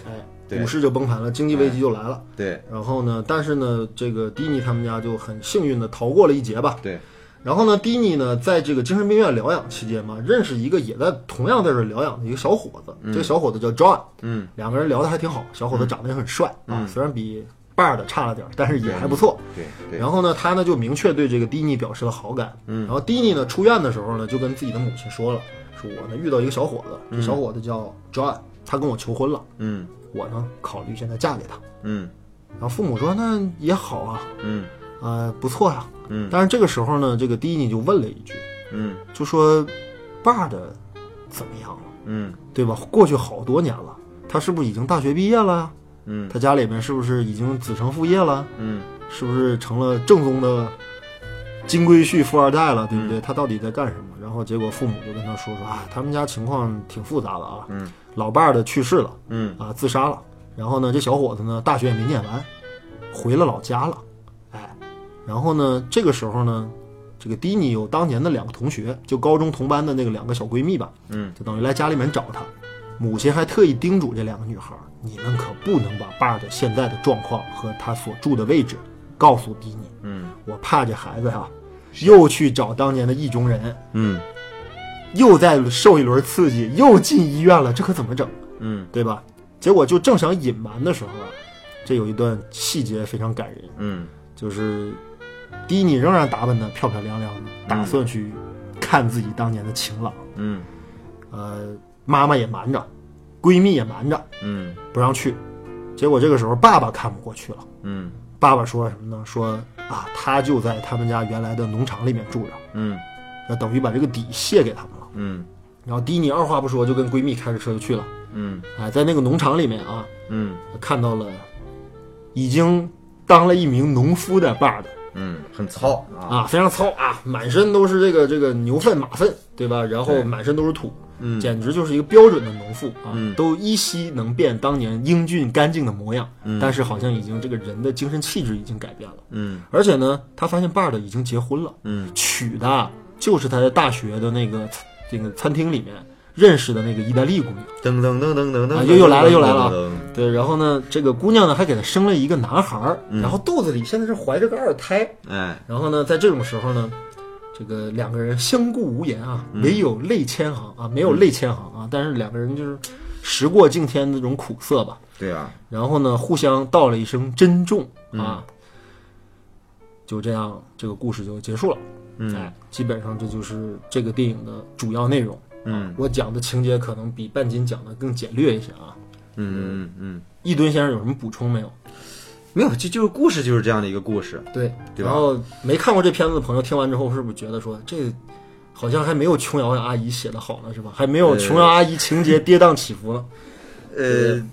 [SPEAKER 2] 对哎
[SPEAKER 1] 股市就崩盘了，经济危机就来了。
[SPEAKER 2] 对
[SPEAKER 1] 然后呢，但是呢，这个迪尼他们家就很幸运的逃过了一劫吧。
[SPEAKER 2] 对，
[SPEAKER 1] 然后呢，迪尼呢，在这个精神病院疗养期间嘛，认识一个也在同样在这儿疗养的一个小伙子，这个小伙子叫 John，
[SPEAKER 2] 嗯，
[SPEAKER 1] 两个人聊得还挺好，小伙子长得也很帅、啊，虽然比巴尔的差了点儿，但是也还不错。
[SPEAKER 2] 对对，
[SPEAKER 1] 然后呢，他呢就明确对这个迪尼表示了好感。嗯，然后迪尼呢出院的时候呢，就跟自己的母亲说了，说我呢遇到一个小伙子，这小伙子叫 John，他跟我求婚了，
[SPEAKER 2] 嗯
[SPEAKER 1] 我呢考虑现在嫁给他。
[SPEAKER 2] 嗯
[SPEAKER 1] 然后父母说那也好啊，
[SPEAKER 2] 嗯
[SPEAKER 1] 呃不错呀、
[SPEAKER 2] 嗯
[SPEAKER 1] 但是这个时候呢，这个迪尼就问了一句，
[SPEAKER 2] 嗯
[SPEAKER 1] 就说爸的怎么样了，
[SPEAKER 2] 嗯
[SPEAKER 1] 对吧？过去好多年了，他是不是已经大学毕业了呀？
[SPEAKER 2] 嗯
[SPEAKER 1] 他家里面是不是已经子承父业了？
[SPEAKER 2] 嗯
[SPEAKER 1] 是不是成了正宗的金龟婿富二代了，对不
[SPEAKER 2] 嗯
[SPEAKER 1] 对？他到底在干什么？然后结果父母就跟他说说啊，他们家情况挺复杂的啊，
[SPEAKER 2] 嗯
[SPEAKER 1] 老伴儿的去世了
[SPEAKER 2] 嗯
[SPEAKER 1] 啊，自杀了。然后呢，这小伙子呢，大学也没念完，回了老家了，哎，然后呢，这个时候呢，这个迪尼有当年的两个同学，就高中同班的那个两个小闺蜜吧，
[SPEAKER 2] 嗯，
[SPEAKER 1] 就等于来家里面找他，母亲还特意叮嘱这两个女孩儿，你们可不能把爸的现在的状况和他所住的位置告诉迪尼，
[SPEAKER 2] 嗯
[SPEAKER 1] 我怕这孩子呀、又去找当年的意中人，
[SPEAKER 2] 嗯
[SPEAKER 1] 又再受一轮刺激，又进医院了，这可怎么整？
[SPEAKER 2] 嗯
[SPEAKER 1] 对吧？结果就正想隐瞒的时候啊，这有一段细节非常感人，
[SPEAKER 2] 嗯
[SPEAKER 1] 就是迪尼仍然打扮的漂漂亮亮的，打算去看自己当年的情郎，
[SPEAKER 2] 嗯
[SPEAKER 1] 呃，妈妈也瞒着，闺蜜也瞒着，
[SPEAKER 2] 嗯
[SPEAKER 1] 不让去。结果这个时候爸爸看不过去了，
[SPEAKER 2] 嗯
[SPEAKER 1] 爸爸说什么呢？说啊，他就在他们家原来的农场里面住着，
[SPEAKER 2] 嗯
[SPEAKER 1] 那等于把这个底卸给他们了。
[SPEAKER 2] 嗯
[SPEAKER 1] 然后迪尼二话不说就跟闺蜜开着车就去了，
[SPEAKER 2] 嗯
[SPEAKER 1] 哎，在那个农场里面啊，
[SPEAKER 2] 嗯
[SPEAKER 1] 看到了已经当了一名农夫的 Bard
[SPEAKER 2] 嗯，很糙啊。
[SPEAKER 1] 啊，非常糙啊，满身都是这个这个牛粪马粪，对吧？然后
[SPEAKER 2] 对
[SPEAKER 1] 满身都是土，
[SPEAKER 2] 嗯
[SPEAKER 1] 简直就是一个标准的农妇啊，
[SPEAKER 2] 嗯
[SPEAKER 1] 都依稀能辨当年英俊干净的模样，
[SPEAKER 2] 嗯
[SPEAKER 1] 但是好像已经这个人的精神气质已经改变了。
[SPEAKER 2] 嗯
[SPEAKER 1] 而且呢，他发现 Bard 已经结婚了，
[SPEAKER 2] 嗯
[SPEAKER 1] 娶的就是他在大学的那个这个餐厅里面认识的那个意大利姑娘。
[SPEAKER 2] 噔噔噔噔噔
[SPEAKER 1] 啊
[SPEAKER 2] 噔，
[SPEAKER 1] 又又来了又来了啊
[SPEAKER 2] 噔噔噔噔
[SPEAKER 1] 对，然后呢，这个姑娘呢还给他生了一个男孩儿，
[SPEAKER 2] 嗯
[SPEAKER 1] 然后肚子里现在是怀着个二胎。
[SPEAKER 2] 哎，
[SPEAKER 1] 然后呢，在这种时候呢，这个两个人相顾无言啊，
[SPEAKER 2] 嗯
[SPEAKER 1] 没有泪千行啊，没有泪千行啊，但是两个人就是时过境迁的那种苦涩吧。
[SPEAKER 2] 对啊，
[SPEAKER 1] 然后呢，互相道了一声珍重
[SPEAKER 2] 嗯
[SPEAKER 1] 啊，就这样，这个故事就结束了。
[SPEAKER 2] 嗯
[SPEAKER 1] 哎，基本上这就是这个电影的主要内容。
[SPEAKER 2] 嗯
[SPEAKER 1] 我讲的情节可能比半斤讲的更简略一些啊。
[SPEAKER 2] 嗯嗯嗯，
[SPEAKER 1] 一吨先生有什么补充没有？
[SPEAKER 2] 没有，就就是故事就是这样的一个故事，
[SPEAKER 1] 对，
[SPEAKER 2] 对吧
[SPEAKER 1] 然后没看过这片子的朋友听完之后，是不是觉得说这好像还没有琼瑶阿姨写的好呢？是吧？还没有琼瑶阿姨情节跌宕起 伏呢？
[SPEAKER 2] 呃，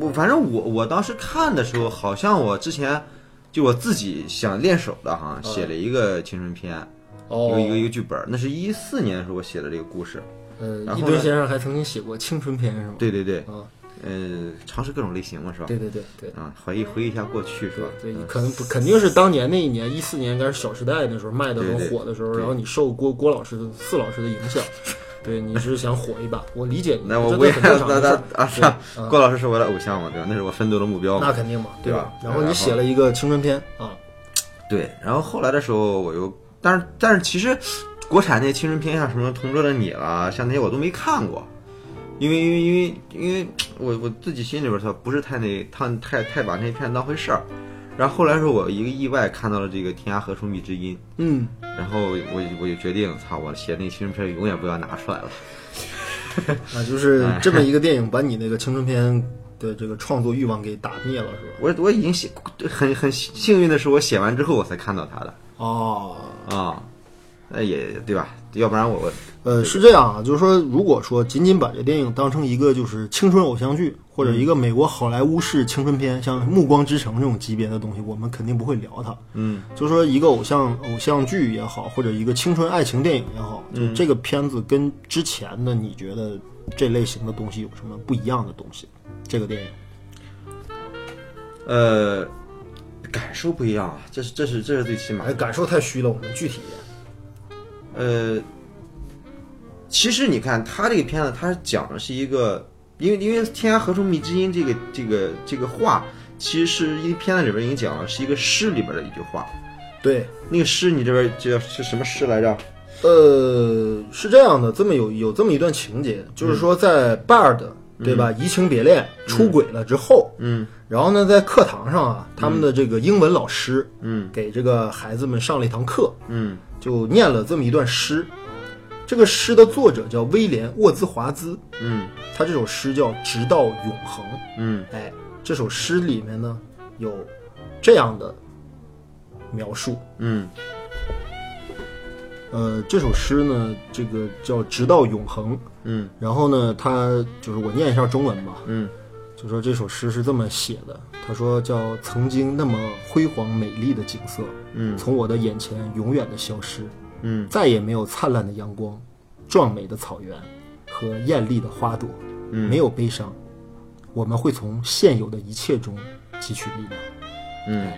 [SPEAKER 2] 我反正我我当时看的时候，好像我之前就我自己想练手的哈，写了一个青春片，一
[SPEAKER 1] 嗯哦
[SPEAKER 2] 个，一个一个剧本儿，那是一四年的时候我写的这个故事，
[SPEAKER 1] 呃，
[SPEAKER 2] 然后呢
[SPEAKER 1] 一吨先生还曾经写过青春片是吗？
[SPEAKER 2] 对对对，
[SPEAKER 1] 啊，
[SPEAKER 2] 呃，尝试各种类型嘛，是吧？
[SPEAKER 1] 对对对对。
[SPEAKER 2] 啊，回忆回忆一下过去，是吧？
[SPEAKER 1] 对
[SPEAKER 2] 嗯，
[SPEAKER 1] 可能不肯定是当年那一年，一四年应该是《小时代》那时候卖的
[SPEAKER 2] 对
[SPEAKER 1] 很
[SPEAKER 2] 对
[SPEAKER 1] 火的时候，
[SPEAKER 2] 对
[SPEAKER 1] 然后你受郭郭老师的、四老师的影 响，对，你是想火一把，我理解你，
[SPEAKER 2] 那我
[SPEAKER 1] 这
[SPEAKER 2] 我也
[SPEAKER 1] 很正常
[SPEAKER 2] 那
[SPEAKER 1] 的事儿
[SPEAKER 2] 那
[SPEAKER 1] 对
[SPEAKER 2] 啊，
[SPEAKER 1] 嗯
[SPEAKER 2] 郭老师是我的偶像嘛，对吧？那是我奋斗的目标
[SPEAKER 1] 那
[SPEAKER 2] 嘛。
[SPEAKER 1] 肯定嘛，
[SPEAKER 2] 对
[SPEAKER 1] 吧
[SPEAKER 2] 吧？
[SPEAKER 1] 然后你
[SPEAKER 2] 然后
[SPEAKER 1] 写了一个青春片啊，
[SPEAKER 2] 对，然后后来的时候，我又，但是但是其实，国产那些青春片像啊什么《同桌的你》啦，像那些我都没看过，因为因为因为因为我我自己心里边儿它不是太那太太太把那些片当回事儿。然后后来是我一个意外看到了这个《天涯何处觅知音
[SPEAKER 1] 嗯，》，
[SPEAKER 2] 然后我我就决定，操，我写那青春片永远不要拿出来了。
[SPEAKER 1] 啊，就是这么一个电影，把你那个青春片的这个创作欲望给打灭了，是吧？
[SPEAKER 2] 我我已经写很很幸运的是，我写完之后我才看到他的
[SPEAKER 1] 哦，
[SPEAKER 2] 啊，那、也对吧？要不然我我
[SPEAKER 1] 呃，是这样啊，就是说，如果说仅仅把这电影当成一个就是青春偶像剧，或者一个美国好莱坞式青春片，像《暮光之城》这种级别的东西，我们肯定不会聊它。
[SPEAKER 2] 嗯
[SPEAKER 1] 就是说，一个偶像偶像剧也好，或者一个青春爱情电影也好，就这个片子跟之前的你觉得这类型的东西有什么不一样的东西？这个电影，
[SPEAKER 2] 呃感受不一样啊，这是这是这是最起码
[SPEAKER 1] 哎，感受太虚了，我们具体一点。
[SPEAKER 2] 呃，其实你看他这个片子，他讲的是一个，因为因为“天涯何处觅知音”这个这个这个话，其实是因为片子里边已经讲了，是一个诗里边的一句话。
[SPEAKER 1] 对，
[SPEAKER 2] 那个诗你这边叫是什么诗来着？
[SPEAKER 1] 呃，是这样的，这么有有这么一段情节，就是说在 Bard、对吧，移情别恋、出轨了之后，
[SPEAKER 2] 嗯
[SPEAKER 1] 然后呢，在课堂上啊，他们的这个英文老师
[SPEAKER 2] 嗯
[SPEAKER 1] 给这个孩子们上了一堂课，
[SPEAKER 2] 嗯
[SPEAKER 1] 就念了这么一段诗。这个诗的作者叫威廉·沃兹华兹，
[SPEAKER 2] 嗯
[SPEAKER 1] 他这首诗叫《直到永恒》。
[SPEAKER 2] 嗯
[SPEAKER 1] 哎，这首诗里面呢有这样的描述，
[SPEAKER 2] 嗯
[SPEAKER 1] 呃，这首诗呢，这个叫《直到永恒》。
[SPEAKER 2] 嗯
[SPEAKER 1] 然后呢，他就是我念一下中文吧，
[SPEAKER 2] 嗯
[SPEAKER 1] 就说这首诗是这么写的，他说叫曾经那么辉煌美丽的景色，
[SPEAKER 2] 嗯
[SPEAKER 1] 从我的眼前永远的消失，
[SPEAKER 2] 嗯。
[SPEAKER 1] 再也没有灿烂的阳光、壮美的草原和艳丽的花朵，
[SPEAKER 2] 嗯
[SPEAKER 1] 没有悲伤，我们会从现有的一切中汲取力量。
[SPEAKER 2] 嗯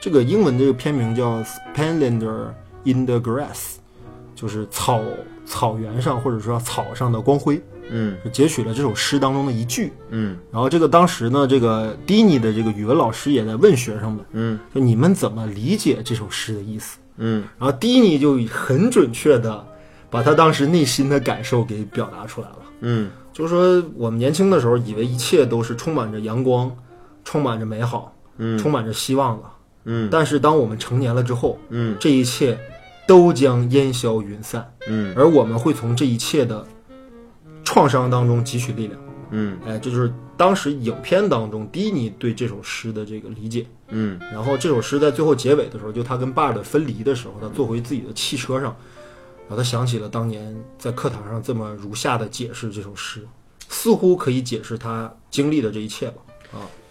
[SPEAKER 1] 这个英文的这个片名叫《Splendor in the Grass》，就是草草原上或者说草上的光辉，
[SPEAKER 2] 嗯
[SPEAKER 1] 就截取了这首诗当中的一句。
[SPEAKER 2] 嗯
[SPEAKER 1] 然后这个当时呢，这个迪尼的这个语文老师也在问学生们，
[SPEAKER 2] 嗯
[SPEAKER 1] 就你们怎么理解这首诗的意思？
[SPEAKER 2] 嗯
[SPEAKER 1] 然后迪尼就很准确的把他当时内心的感受给表达出来了。
[SPEAKER 2] 嗯
[SPEAKER 1] 就是说，我们年轻的时候以为一切都是充满着阳光，充满着美好，
[SPEAKER 2] 嗯
[SPEAKER 1] 充满着希望的。
[SPEAKER 2] 嗯
[SPEAKER 1] 但是当我们成年了之后，
[SPEAKER 2] 嗯
[SPEAKER 1] 这一切都将烟消云散，
[SPEAKER 2] 嗯
[SPEAKER 1] 而我们会从这一切的创伤当中汲取力量。
[SPEAKER 2] 嗯
[SPEAKER 1] 哎，这就是当时影片当中迪尼对这首诗的这个理解。
[SPEAKER 2] 嗯
[SPEAKER 1] 然后这首诗在最后结尾的时候，就他跟 Bard 分离的时候，他坐回自己的汽车上，然后他想起了当年在课堂上这么如下的解释这首诗，似乎可以解释他经历的这一切吧。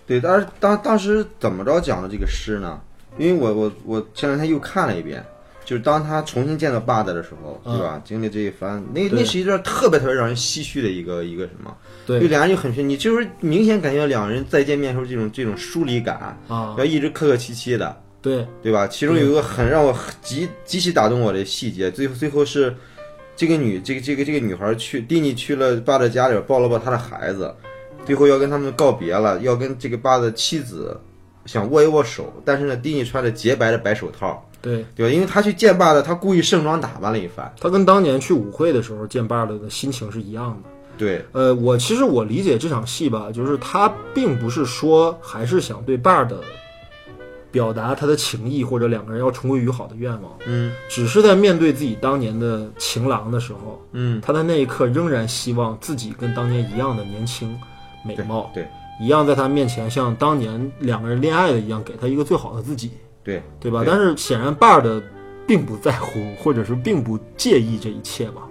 [SPEAKER 2] 对，当时当当时怎么着讲的这个诗呢？因为我我我前两天又看了一遍，就是当他重新见到爸的的时候，对
[SPEAKER 1] 嗯
[SPEAKER 2] 吧？经历这一番，那那是一段特别特别让人唏嘘的一个一个什么，就
[SPEAKER 1] 对
[SPEAKER 2] 两人就很深，你就是明显感觉两人再见面的时候这种这种疏离感，
[SPEAKER 1] 啊，
[SPEAKER 2] 要一直客客气气的，
[SPEAKER 1] 对
[SPEAKER 2] 对吧？其中有一
[SPEAKER 1] 嗯
[SPEAKER 2] 个很让我极极其打动我的细节，最后最后是这个女这个这个这个女孩去蒂妮去了爸的家里边抱了抱他的孩子，最后要跟他们告别了，要跟这个爸的妻子想握一握手，但是呢，蒂妮穿着洁白的白手套，
[SPEAKER 1] 对，
[SPEAKER 2] 对吧？因为他去见爸的，他故意盛装打扮了一番，
[SPEAKER 1] 他跟当年去舞会的时候见巴勒的心情是一样的。
[SPEAKER 2] 对
[SPEAKER 1] 呃，我其实我理解这场戏吧，就是他并不是说还是想对 Bar 的表达他的情谊，或者两个人要重归于好的愿望，
[SPEAKER 2] 嗯，
[SPEAKER 1] 只是在面对自己当年的情郎的时候，
[SPEAKER 2] 嗯，
[SPEAKER 1] 他在那一刻仍然希望自己跟当年一样的年轻、美貌，
[SPEAKER 2] 对
[SPEAKER 1] 一样在他面前像当年两个人恋爱的一样，给他一个最好的自己，
[SPEAKER 2] 对
[SPEAKER 1] 对吧？
[SPEAKER 2] 对
[SPEAKER 1] 但是显然 Bar 的并不在乎，或者是并不介意这一切吧。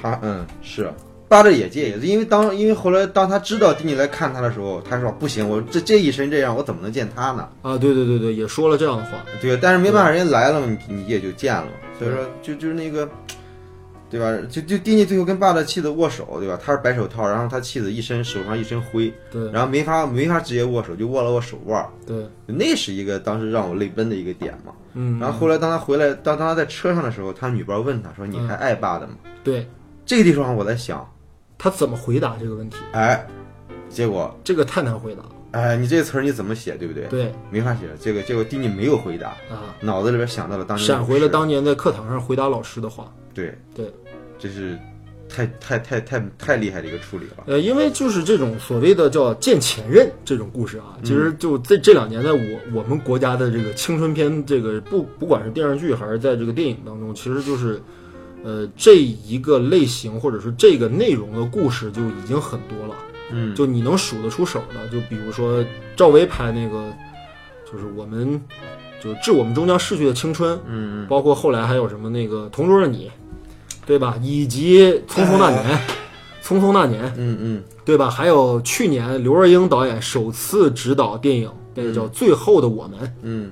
[SPEAKER 2] 他嗯是。巴的也介意，因为当因为后来当他知道蒂妮来看他的时候，他说不行，我这这一身这样，我怎么能见他呢？
[SPEAKER 1] 啊，对对对对，也说了这样的话。
[SPEAKER 2] 对，但是没办法，人家来了嘛，你你也就见了嘛。所以说，就就是那个，对吧？就就丁尼最后跟爸的妻子握手，对吧？他是白手套，然后他妻子一身手上一身灰，
[SPEAKER 1] 对
[SPEAKER 2] 然后没法没法直接握手，就握了握手腕儿。
[SPEAKER 1] 对，
[SPEAKER 2] 那是一个当时让我泪奔的一个点嘛。
[SPEAKER 1] 嗯，
[SPEAKER 2] 然后后来当他回来，当当他在车上的时候，他女伴问他说：“你
[SPEAKER 1] 嗯
[SPEAKER 2] 还爱爸的吗
[SPEAKER 1] 对？”
[SPEAKER 2] 这个地方我在想，
[SPEAKER 1] 他怎么回答这个问题，
[SPEAKER 2] 哎，结果
[SPEAKER 1] 这个太难回答了。
[SPEAKER 2] 哎，你这词儿你怎么写，对不对？
[SPEAKER 1] 对
[SPEAKER 2] 没法写。结果结果丁尼没有回答，
[SPEAKER 1] 啊，
[SPEAKER 2] 脑子里边想到了当年
[SPEAKER 1] 闪回了
[SPEAKER 2] 老师
[SPEAKER 1] 当年在课堂上回答老师的话。
[SPEAKER 2] 对。
[SPEAKER 1] 对，
[SPEAKER 2] 这是太太太太太厉害的一个处理了。
[SPEAKER 1] 呃，因为就是这种所谓的叫见前任这种故事啊，
[SPEAKER 2] 嗯
[SPEAKER 1] 其实就这这两年在我我们国家的这个青春片，这个不不管是电视剧还是在这个电影当中，其实就是，呃，这一个类型或者是这个内容的故事就已经很多了。
[SPEAKER 2] 嗯，
[SPEAKER 1] 就你能数得出手的，就比如说赵薇拍那个，就是我们，就是致我们终将逝去的青春，
[SPEAKER 2] 嗯，
[SPEAKER 1] 包括后来还有什么那个《同桌的你》，对吧？以及《匆匆那年》，匆匆那年》，
[SPEAKER 2] 嗯嗯
[SPEAKER 1] 对吧？还有去年刘若英导演首次执导电影，那个叫《最后的我们》，
[SPEAKER 2] 嗯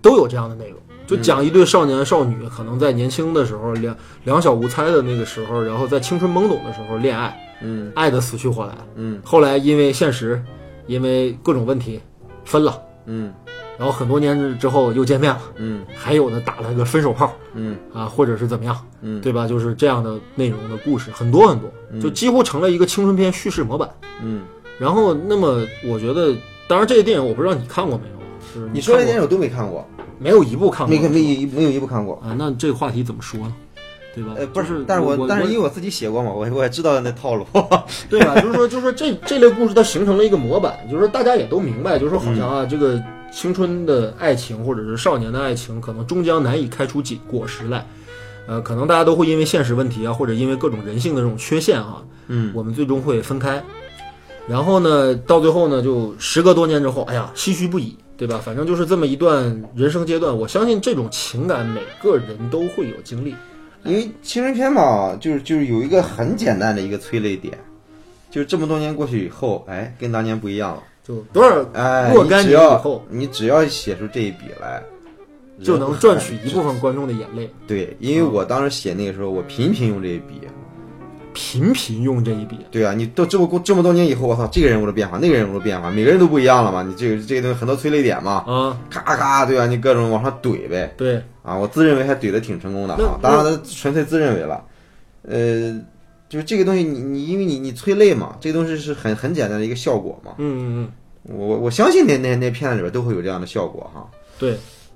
[SPEAKER 1] 都有这样的内容。就讲一对少年少女，可能在年轻的时候两两小无猜的那个时候，然后在青春懵懂的时候恋爱，
[SPEAKER 2] 嗯
[SPEAKER 1] 爱得死去活来，
[SPEAKER 2] 嗯
[SPEAKER 1] 后来因为现实，因为各种问题，分了。
[SPEAKER 2] 嗯
[SPEAKER 1] 然后很多年之后又见面了，
[SPEAKER 2] 嗯
[SPEAKER 1] 还有的打了个分手炮
[SPEAKER 2] 嗯
[SPEAKER 1] 啊，或者是怎么样，
[SPEAKER 2] 嗯
[SPEAKER 1] 对吧？就是这样的内容的故事很多很多，就几乎成了一个青春片叙事模板。
[SPEAKER 2] 嗯，
[SPEAKER 1] 然后，那么我觉得，当然这个电影我不知道你看过没有，啊就是
[SPEAKER 2] 你说这
[SPEAKER 1] 看过啊
[SPEAKER 2] 些电影我都没看过，
[SPEAKER 1] 没有一部看过
[SPEAKER 2] 没看没有没有一部看过。
[SPEAKER 1] 啊？那这个话题怎么说呢？对吧？
[SPEAKER 2] 呃，不，
[SPEAKER 1] 就是
[SPEAKER 2] 但是
[SPEAKER 1] 我
[SPEAKER 2] 我但是因
[SPEAKER 1] 为
[SPEAKER 2] 为我自己写过嘛，我我也知道那套路。
[SPEAKER 1] 对吧？就是说，就是说这这类故事它形成了一个模板，就是说大家也都明白，就是说
[SPEAKER 2] 嗯
[SPEAKER 1] 好像啊，这个青春的爱情或者是少年的爱情，可能终将难以开出结果实来。呃，可能大家都会因为现实问题啊，或者因为各种人性的这种缺陷啊，
[SPEAKER 2] 嗯
[SPEAKER 1] 我们最终会分开。然后呢，到最后呢，就时隔多年之后，哎呀，唏嘘不已，对吧？反正就是这么一段人生阶段，我相信这种情感每个人都会有经历。
[SPEAKER 2] 因为青春片嘛，就是就是有一个很简单的一个催泪点，就是这么多年过去以后，哎，跟当年不一样了。
[SPEAKER 1] 就多少
[SPEAKER 2] 哎，
[SPEAKER 1] 若
[SPEAKER 2] 你
[SPEAKER 1] 干
[SPEAKER 2] 只
[SPEAKER 1] 年以
[SPEAKER 2] 要
[SPEAKER 1] 后
[SPEAKER 2] 你只要写出这一笔来，
[SPEAKER 1] 就
[SPEAKER 2] 人
[SPEAKER 1] 能
[SPEAKER 2] 会
[SPEAKER 1] 赚取一部分观众的眼泪，
[SPEAKER 2] 对，
[SPEAKER 1] 嗯
[SPEAKER 2] 因为我当时写那个时候，我频频用这一笔。
[SPEAKER 1] 频频用这一笔。
[SPEAKER 2] 对啊，你都这么过这么多年以后，我操，这个人物的变化，那个人物的变化，每个人都不一样了嘛。你这个这个东西很多催泪点嘛，
[SPEAKER 1] 啊，
[SPEAKER 2] 咔咔，对吧、你各种往上怼呗。
[SPEAKER 1] 对，
[SPEAKER 2] 啊，我自认为还怼的挺成功的
[SPEAKER 1] 那
[SPEAKER 2] 啊，当然他纯粹自认为了。呃，就是这个东西你，你因为你你催泪嘛，这个东西是很很简单的一个效果嘛。
[SPEAKER 1] 嗯嗯
[SPEAKER 2] 我我我相信那那那片子里边都会有这样的效果哈。
[SPEAKER 1] 嗯，对，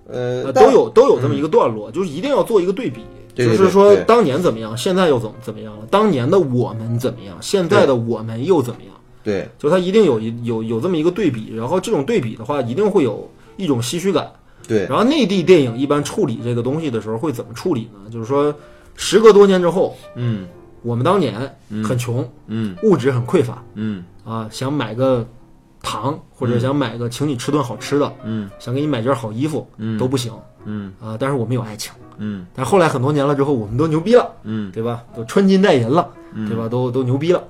[SPEAKER 2] 呃，
[SPEAKER 1] 呃
[SPEAKER 2] 但嗯
[SPEAKER 1] 都有都有这么一个段落，就是一定要做一个对比，
[SPEAKER 2] 对对
[SPEAKER 1] 就是说
[SPEAKER 2] 对对
[SPEAKER 1] 当年怎么样，现在又怎么怎么样了，当年的我们怎么样，现在的我们又怎么样，
[SPEAKER 2] 对
[SPEAKER 1] 就它一定有一有有这么一个对比，然后这种对比的话，一定会有一种唏嘘感。
[SPEAKER 2] 对
[SPEAKER 1] 然后内地电影一般处理这个东西的时候会怎么处理呢？就是说，时隔多年之后，
[SPEAKER 2] 嗯
[SPEAKER 1] 我们当年很穷，
[SPEAKER 2] 嗯
[SPEAKER 1] 物质很匮乏
[SPEAKER 2] 嗯
[SPEAKER 1] 啊，想买个糖或者想买个请你吃顿好吃的，
[SPEAKER 2] 嗯
[SPEAKER 1] 想给你买件好衣服，
[SPEAKER 2] 嗯
[SPEAKER 1] 都不行
[SPEAKER 2] 嗯
[SPEAKER 1] 啊。但是我们有爱情，
[SPEAKER 2] 嗯
[SPEAKER 1] 但是后来很多年了之后，我们都牛逼了，
[SPEAKER 2] 嗯
[SPEAKER 1] 对吧？都穿金戴银了，对吧？都都牛逼了，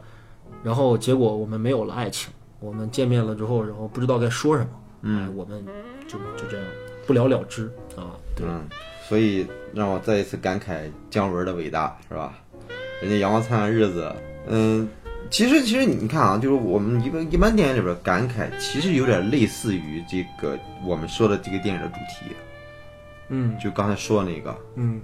[SPEAKER 1] 然后结果我们没有了爱情，我们见面了之后，然后不知道该说什么，哎，我们就就这样不了了之啊。对，
[SPEAKER 2] 嗯，所以让我再一次感慨姜文的伟大，是吧？人家阳光灿烂日子，嗯，其实其实你看啊，就是我们一般一般电影里边感慨，其实有点类似于这个我们说的这个电影的主题，
[SPEAKER 1] 嗯
[SPEAKER 2] 就刚才说的那个，
[SPEAKER 1] 嗯，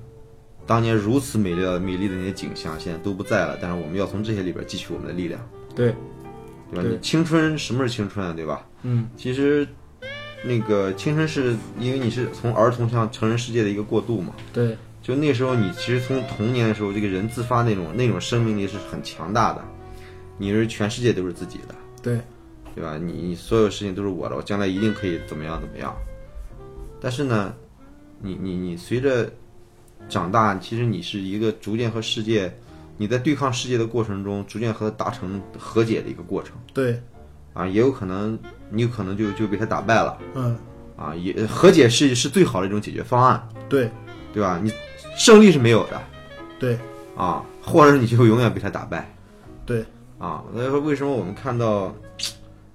[SPEAKER 2] 当年如此美丽的美丽的那些景象，现在都不在了，但是我们要从这些里边汲取我们的力量，
[SPEAKER 1] 对，
[SPEAKER 2] 对吧？
[SPEAKER 1] 对
[SPEAKER 2] 你青春什么是青春啊，对吧？
[SPEAKER 1] 嗯
[SPEAKER 2] 其实，那个青春是因为你是从儿童向成人世界的一个过渡嘛，
[SPEAKER 1] 对，
[SPEAKER 2] 就那时候你其实从童年的时候，这个人自发那种那种生命力是很强大的，你是全世界都是自己的，
[SPEAKER 1] 对，
[SPEAKER 2] 对吧？你你所有事情都是我的，我将来一定可以怎么样怎么样。但是呢，你你你随着长大，其实你是一个逐渐和世界，你在对抗世界的过程中，逐渐和它达成和解的一个过程
[SPEAKER 1] 对，
[SPEAKER 2] 啊，也有可能你有可能就就被它打败了。
[SPEAKER 1] 嗯，
[SPEAKER 2] 啊，也和解是是最好的一种解决方案，
[SPEAKER 1] 对，
[SPEAKER 2] 对吧？你胜利是没有的
[SPEAKER 1] 对，
[SPEAKER 2] 啊，或者你就永远被他打败
[SPEAKER 1] 对，
[SPEAKER 2] 啊。所以说，为什么我们看到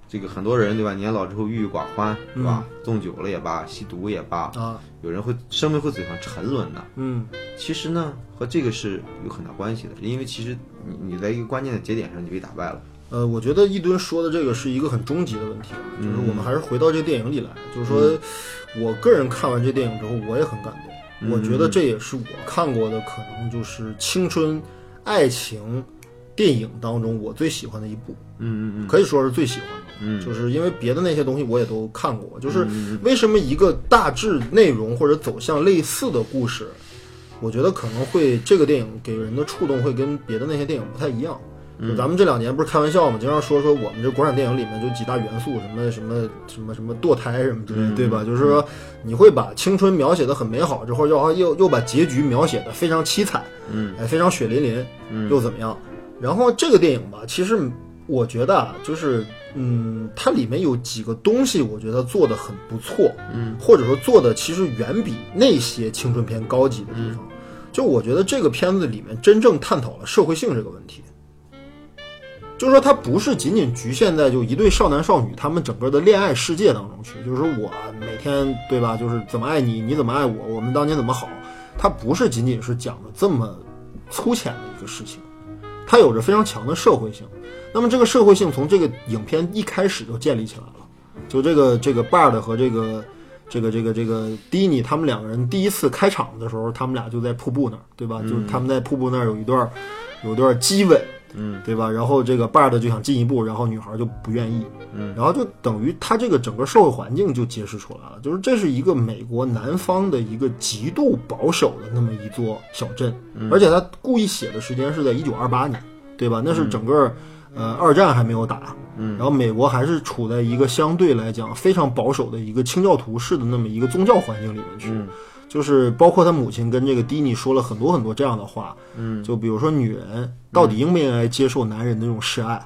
[SPEAKER 2] 这个很多人，对吧？年老之后郁郁寡欢，对吧？纵酒了也罢，吸毒也罢，
[SPEAKER 1] 啊，
[SPEAKER 2] 有人会生命会走向沉沦的。
[SPEAKER 1] 嗯，
[SPEAKER 2] 其实呢，和这个是有很大关系的，因为其实你你在一个关键的节点上，你被打败了。
[SPEAKER 1] 呃，我觉得一吨说的这个是一个很终极的问题啊，就是我们还是回到这个电影里来，就是说，我个人看完这电影之后，我也很感动。我觉得这也是我看过的，可能就是青春、爱情电影当中我最喜欢的一部。
[SPEAKER 2] 嗯嗯
[SPEAKER 1] 可以说是最喜欢的。
[SPEAKER 2] 嗯
[SPEAKER 1] 就是因为别的那些东西我也都看过，就是为什么一个大致内容或者走向类似的故事，我觉得可能会这个电影给人的触动会跟别的那些电影不太一样。
[SPEAKER 2] 嗯
[SPEAKER 1] 就咱们这两年不是开玩笑嘛，经常说说我们这国产电影里面就几大元素，什么什么什么什么堕胎什么之类
[SPEAKER 2] 嗯
[SPEAKER 1] 的，对吧？就是说你会把青春描写的很美好，之后又又又把结局描写的非常凄惨，
[SPEAKER 2] 嗯，
[SPEAKER 1] 哎，非常血淋淋，又怎么样？然后这个电影吧，其实我觉得啊，就是嗯，它里面有几个东西，我觉得做的很不错，嗯，或者说做的其实远比那些青春片高级的地方。就我觉得这个片子里面真正探讨了社会性这个问题，就是说它不是仅仅局限在就一对少男少女他们整个的恋爱世界当中去，就是说我每天对吧，就是怎么爱你，你怎么爱我，我们当年怎么好，它不是仅仅是讲的这么粗浅的一个事情，它有着非常强的社会性。那么这个社会性从这个影片一开始就建立起来了，就这个这个 Bard 和这个这个这个这个 d i n 他们两个人第一次开场的时候，他们俩就在瀑布那儿，对吧？就是他们在瀑布那儿有一段有一段激吻，
[SPEAKER 2] 嗯，
[SPEAKER 1] 对吧？然后这个 Bard 就想进一步，然后女孩就不愿意，嗯，然后就等于他这个整个社会环境就揭示出来了，就是这是一个美国南方的一个极度保守的那么一座小镇，而且他故意写的时间是在一九二八年，对吧？那是整个、呃二战还没有打，然后美国还是处在一个相对来讲非常保守的一个清教徒式的那么一个宗教环境里面去，就是包括他母亲跟这个迪尼说了很多很多这样的话，嗯，就比如说女人到底应不应该接受男人的这种示爱，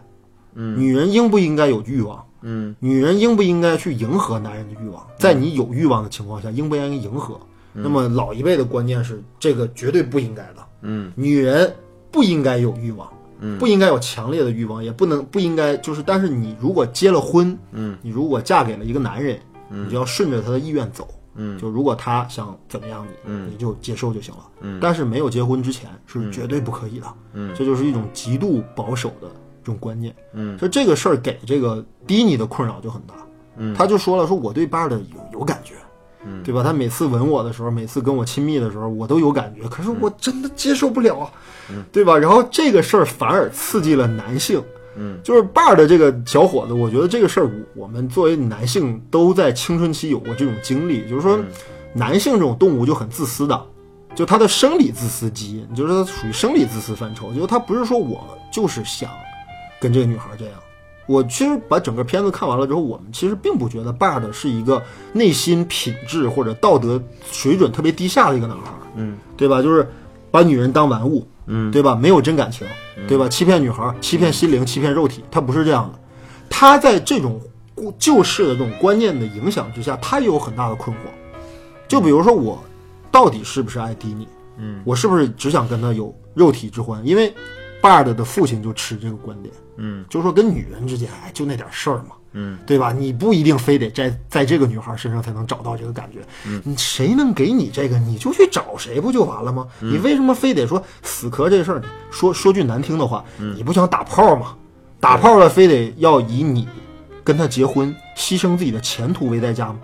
[SPEAKER 1] 嗯，女人应不应该有欲望，
[SPEAKER 2] 嗯，
[SPEAKER 1] 女人应不应该去迎合男人的欲望，在你有欲望的情况下，应不应该迎合？那么老一辈的观念是这个绝对不应该的，
[SPEAKER 2] 嗯，
[SPEAKER 1] 女人不应该有欲望。不应该有强烈的欲望，也不能不应该就是，但是你如果结了婚，嗯，你如果嫁给了一个男人，你就要顺着他的意愿走，嗯，就如果他想怎么样你，嗯，你就接受就行了，嗯，但是没有结婚之前是绝对不可以的，嗯，这就是一种极度保守的这种观念，嗯，所以这个事儿给这个迪尼的困扰就很大，嗯，他就说了，说我对巴尔的有有感觉。嗯，对吧？他每次吻我的时候，每次跟我亲密的时候，我都有感觉，可是我真的接受不了啊。对吧？然后这个事儿反而刺激了男性，嗯，就是 bar 的这个小伙子，我觉得这个事儿我我们作为男性都在青春期有过这种经历，就是说，男性这种动物就很自私的，就他的生理自私基因，就是他属于生理自私范畴，就是他不是说我就是想跟这个女孩这样。我其实把整个片子看完了之后，我们其实并不觉得 Bard 是一个内心品质或者道德水准特别低下的一个男孩，嗯，对吧？就是把女人当玩物，嗯，对吧？没有真感情，对吧？欺骗女孩，欺骗心灵，欺骗肉体，他不是这样的。他在这种固旧式的这种观念的影响之下，他也有很大的困惑。就比如说我到底是不是爱迪尼？嗯，我是不是只想跟他有肉体之欢？因为 Bard 的父亲就持这个观点，
[SPEAKER 2] 嗯
[SPEAKER 1] 就说跟女人之间，哎，就那点事儿嘛，
[SPEAKER 2] 嗯，
[SPEAKER 1] 对吧？你不一定非得在在这个女孩身上才能找到这个感觉，嗯，谁能给你这个，你就去找谁不就完了吗？
[SPEAKER 2] 嗯
[SPEAKER 1] 你为什么非得说死磕这事儿？说说句难听的话，
[SPEAKER 2] 嗯
[SPEAKER 1] 你不想打炮吗？打炮了，非得要以你跟他结婚，牺牲自己的前途为代价吗？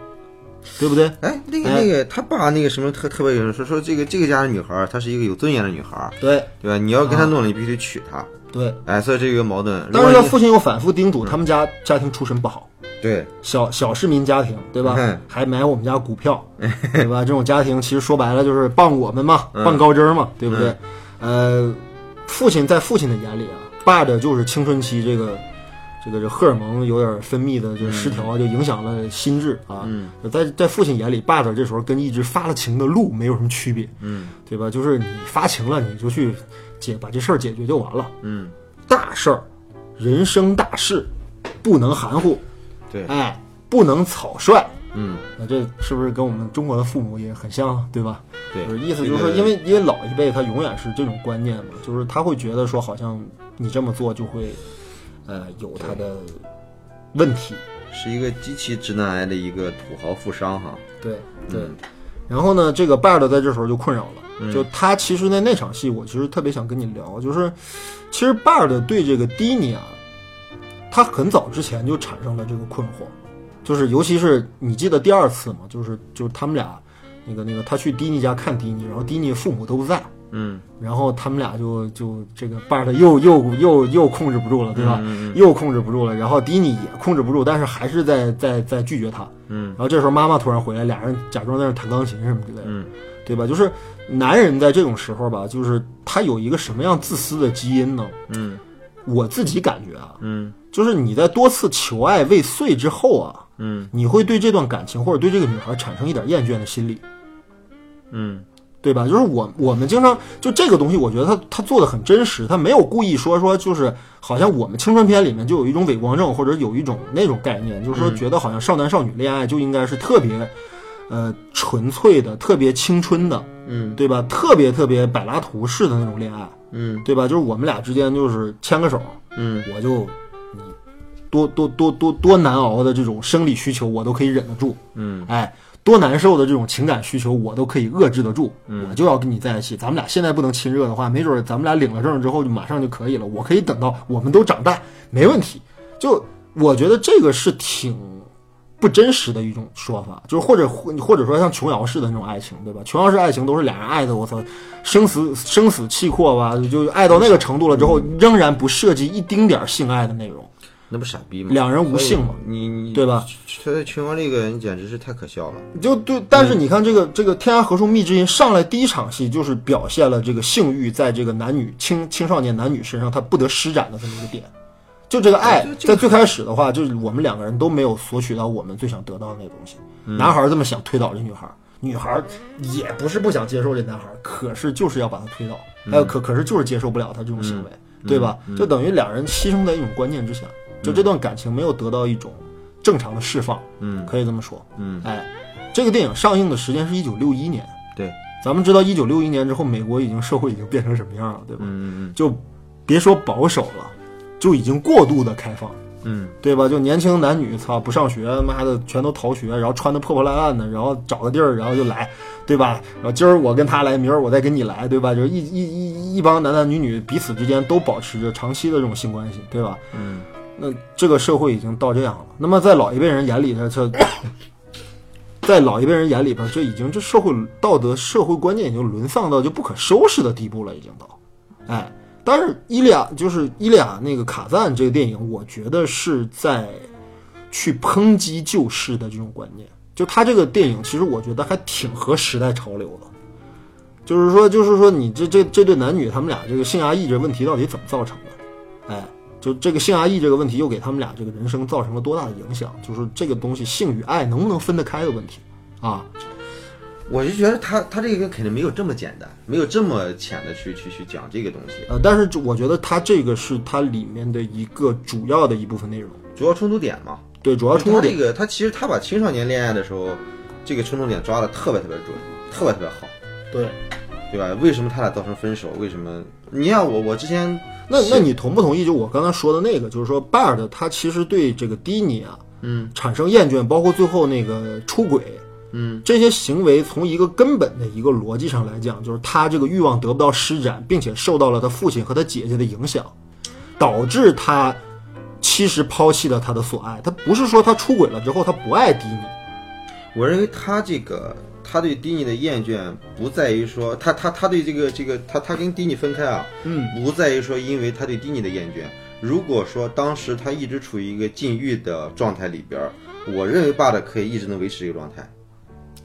[SPEAKER 1] 对不对？
[SPEAKER 2] 哎，那个那个，他爸那个什么特特别有人说说这个这个家的女孩儿，她是一个有尊严的女孩儿，
[SPEAKER 1] 对
[SPEAKER 2] 对吧？你要跟她弄了，你必须得娶她。
[SPEAKER 1] 对。
[SPEAKER 2] 哎，所以这个矛盾，如
[SPEAKER 1] 但
[SPEAKER 2] 果
[SPEAKER 1] 是他
[SPEAKER 2] 你嗯
[SPEAKER 1] 父亲又反复叮嘱，他们家家庭出身不好，
[SPEAKER 2] 对
[SPEAKER 1] 小小市民家庭，对吧
[SPEAKER 2] 嗯？
[SPEAKER 1] 还买我们家股 票，对吧？这种家庭其实说白了就是傍我们嘛，
[SPEAKER 2] 嗯
[SPEAKER 1] 傍高枝儿嘛，对不对？呃，父亲在父亲的眼里啊，爸的就是青春期这个这个这荷尔蒙有点分泌的这失
[SPEAKER 2] 嗯
[SPEAKER 1] 调，啊就影响了心智啊。在在父亲眼里，爸的这时候跟一只发了情的鹿没有什么区别，
[SPEAKER 2] 嗯
[SPEAKER 1] 对吧？就是你发情了，你就去解把这事儿解决就完了。
[SPEAKER 2] 嗯，
[SPEAKER 1] 大事儿，人生大事，不能含糊，
[SPEAKER 2] 对，
[SPEAKER 1] 哎，不能草率。
[SPEAKER 2] 嗯
[SPEAKER 1] 那这是不是跟我们中国的父母也很像啊，对吧？
[SPEAKER 2] 对
[SPEAKER 1] 就是意思就是说，因为因为老一辈他永远是这种观念嘛，就是他会觉得说，好像你这么做就会，呃，有他的问题。
[SPEAKER 2] 是一个极其直男癌的一个土豪富商哈。
[SPEAKER 1] 对对。然后呢，这个 Bard 在这时候就困扰了，就他其实在那场戏，我其实特别想跟你聊，就是其实 Bard 对这个 Dini 啊，他很早之前就产生了这个困惑，就是尤其是你记得第二次嘛，就是就是他们俩那个那个他去 Dini 家看 Dini，然后 Dini 父母都不在，
[SPEAKER 2] 嗯
[SPEAKER 1] 然后他们俩就就这个 Bard 又又又又控制不住了，对吧？又控制不住了，然后 Dini 也控制不住，但是还是在在在拒绝他。
[SPEAKER 2] 嗯
[SPEAKER 1] 然后这时候妈妈突然回来，俩人假装在那儿弹钢琴什么之类的，
[SPEAKER 2] 嗯
[SPEAKER 1] 对吧？就是男人在这种时候吧，就是他有一个什么样自私的基因呢？
[SPEAKER 2] 嗯
[SPEAKER 1] 我自己感觉啊，
[SPEAKER 2] 嗯
[SPEAKER 1] 就是你在多次求爱未遂之后啊，
[SPEAKER 2] 嗯
[SPEAKER 1] 你会对这段感情或者对这个女孩产生一点厌倦的心理，
[SPEAKER 2] 嗯
[SPEAKER 1] 对吧？就是我我们经常就这个东西，我觉得他他做的很真实，他没有故意说说就是好像我们青春片里面就有一种伪光正，或者有一种那种概念，就是说觉得好像少男少女恋爱就应该是特别，呃，纯粹的、特别青春的，
[SPEAKER 2] 嗯
[SPEAKER 1] 对吧？特别特别柏拉图式的那种恋爱，
[SPEAKER 2] 嗯
[SPEAKER 1] 对吧？就是我们俩之间就是牵个手，
[SPEAKER 2] 嗯
[SPEAKER 1] 我就你多多多多多难熬的这种生理需求，我都可以忍得住。
[SPEAKER 2] 嗯，
[SPEAKER 1] 哎，多难受的这种情感需求，我都可以遏制得住。
[SPEAKER 2] 嗯
[SPEAKER 1] 我就要跟你在一起，咱们俩现在不能亲热的话，没准儿咱们俩领了证之后就马上就可以了。我可以等到我们都长大，没问题。就我觉得这个是挺不真实的一种说法，就是或者或者说像琼瑶式的那种爱情，对吧？琼瑶式爱情都是俩人爱的，我操，生死生死契阔吧，就爱到那个程度了之后，仍然不涉及一丁点儿性爱的内容，
[SPEAKER 2] 那不傻逼吗？
[SPEAKER 1] 两人无性嘛。
[SPEAKER 2] 你你
[SPEAKER 1] 对吧？
[SPEAKER 2] 他在拳王这个人简直是太可笑了。
[SPEAKER 1] 就对，但是你看这个这个《天涯何处觅知音》上来第一场戏就是表现了这个性欲在这个男女青青少年男女身上它不得施展的这么一个点。就这个爱，在最开始的话，就是我们两个人都没有索取到我们最想得到的那个东西。男孩这么想推倒这女孩，女孩也不是不想接受这男孩，可是就是要把他推倒，还有可可是就是接受不了他这种行为，对吧？就等于两人牺牲在一种观念之下，就这段感情没有得到一种正常的释放，
[SPEAKER 2] 嗯
[SPEAKER 1] 可以这么说。
[SPEAKER 2] 嗯，
[SPEAKER 1] 哎，这个电影上映的时间是一九六一年，
[SPEAKER 2] 对，
[SPEAKER 1] 咱们知道一九六一年之后，美国已经社会已经变成什么样了，对吧？
[SPEAKER 2] 嗯
[SPEAKER 1] 就别说保守了，就已经过度的开放，
[SPEAKER 2] 嗯嗯
[SPEAKER 1] 对吧？就年轻男女，操，不上学，妈的全都逃学，然后穿的破破烂烂的，然后找个地儿，然后就来，对吧？然后今儿我跟他来，明儿我再跟你来，对吧？就是一一一一帮男男女女彼此之间都保持着长期的这种性关系，对吧？
[SPEAKER 2] 嗯
[SPEAKER 1] 那这个社会已经到这样了。那么在老一辈人眼里头，这在老一辈人眼里边，这已经这社会道德、社会观念已经沦丧到就不可收拾的地步了，已经到。哎，但是《伊利亚》就是《伊利亚》那个卡赞这个电影，我觉得是在去抨击旧式的这种观念。就他这个电影，其实我觉得还挺合时代潮流的。就是说，就是说，你这这这对男女，他们俩这个性压抑这问题到底怎么造成的？哎，就这个性压抑这个问题，又给他们俩这个人生造成了多大的影响？就是这个东西，性与爱能不能分得开的问题啊？
[SPEAKER 2] 我就觉得他他这个肯定没有这么简单，没有这么浅的去去去讲这个东西。
[SPEAKER 1] 呃，但是这我觉得它这个是它里面的一个主要的一部分内容，
[SPEAKER 2] 主要冲突点嘛，
[SPEAKER 1] 对，主要冲突点
[SPEAKER 2] 他这个他其实他把青少年恋爱的时候，这个冲突点抓的特别特别准，特别特别好，
[SPEAKER 1] 对，
[SPEAKER 2] 对吧？为什么他俩造成分手？为什么？你像我，我之前
[SPEAKER 1] 那那你同不同意？就我刚才说的那个，就是说拜尔的他其实对这个迪尼啊
[SPEAKER 2] 嗯
[SPEAKER 1] 产生厌倦，包括最后那个出轨
[SPEAKER 2] 嗯
[SPEAKER 1] 这些行为，从一个根本的一个逻辑上来讲，就是他这个欲望得不到施展，并且受到了他父亲和他姐姐的影响，导致他其实抛弃了他的所爱。他不是说他出轨了之后他不爱迪尼，
[SPEAKER 2] 我认为他这个他对迪尼的厌倦不在于说他他他对这个这个他他跟迪尼分开啊，
[SPEAKER 1] 嗯，
[SPEAKER 2] 不在于说因为他对迪尼的厌倦。如果说当时他一直处于一个禁欲的状态里边儿，我认为爸的可以一直能维持这个状态。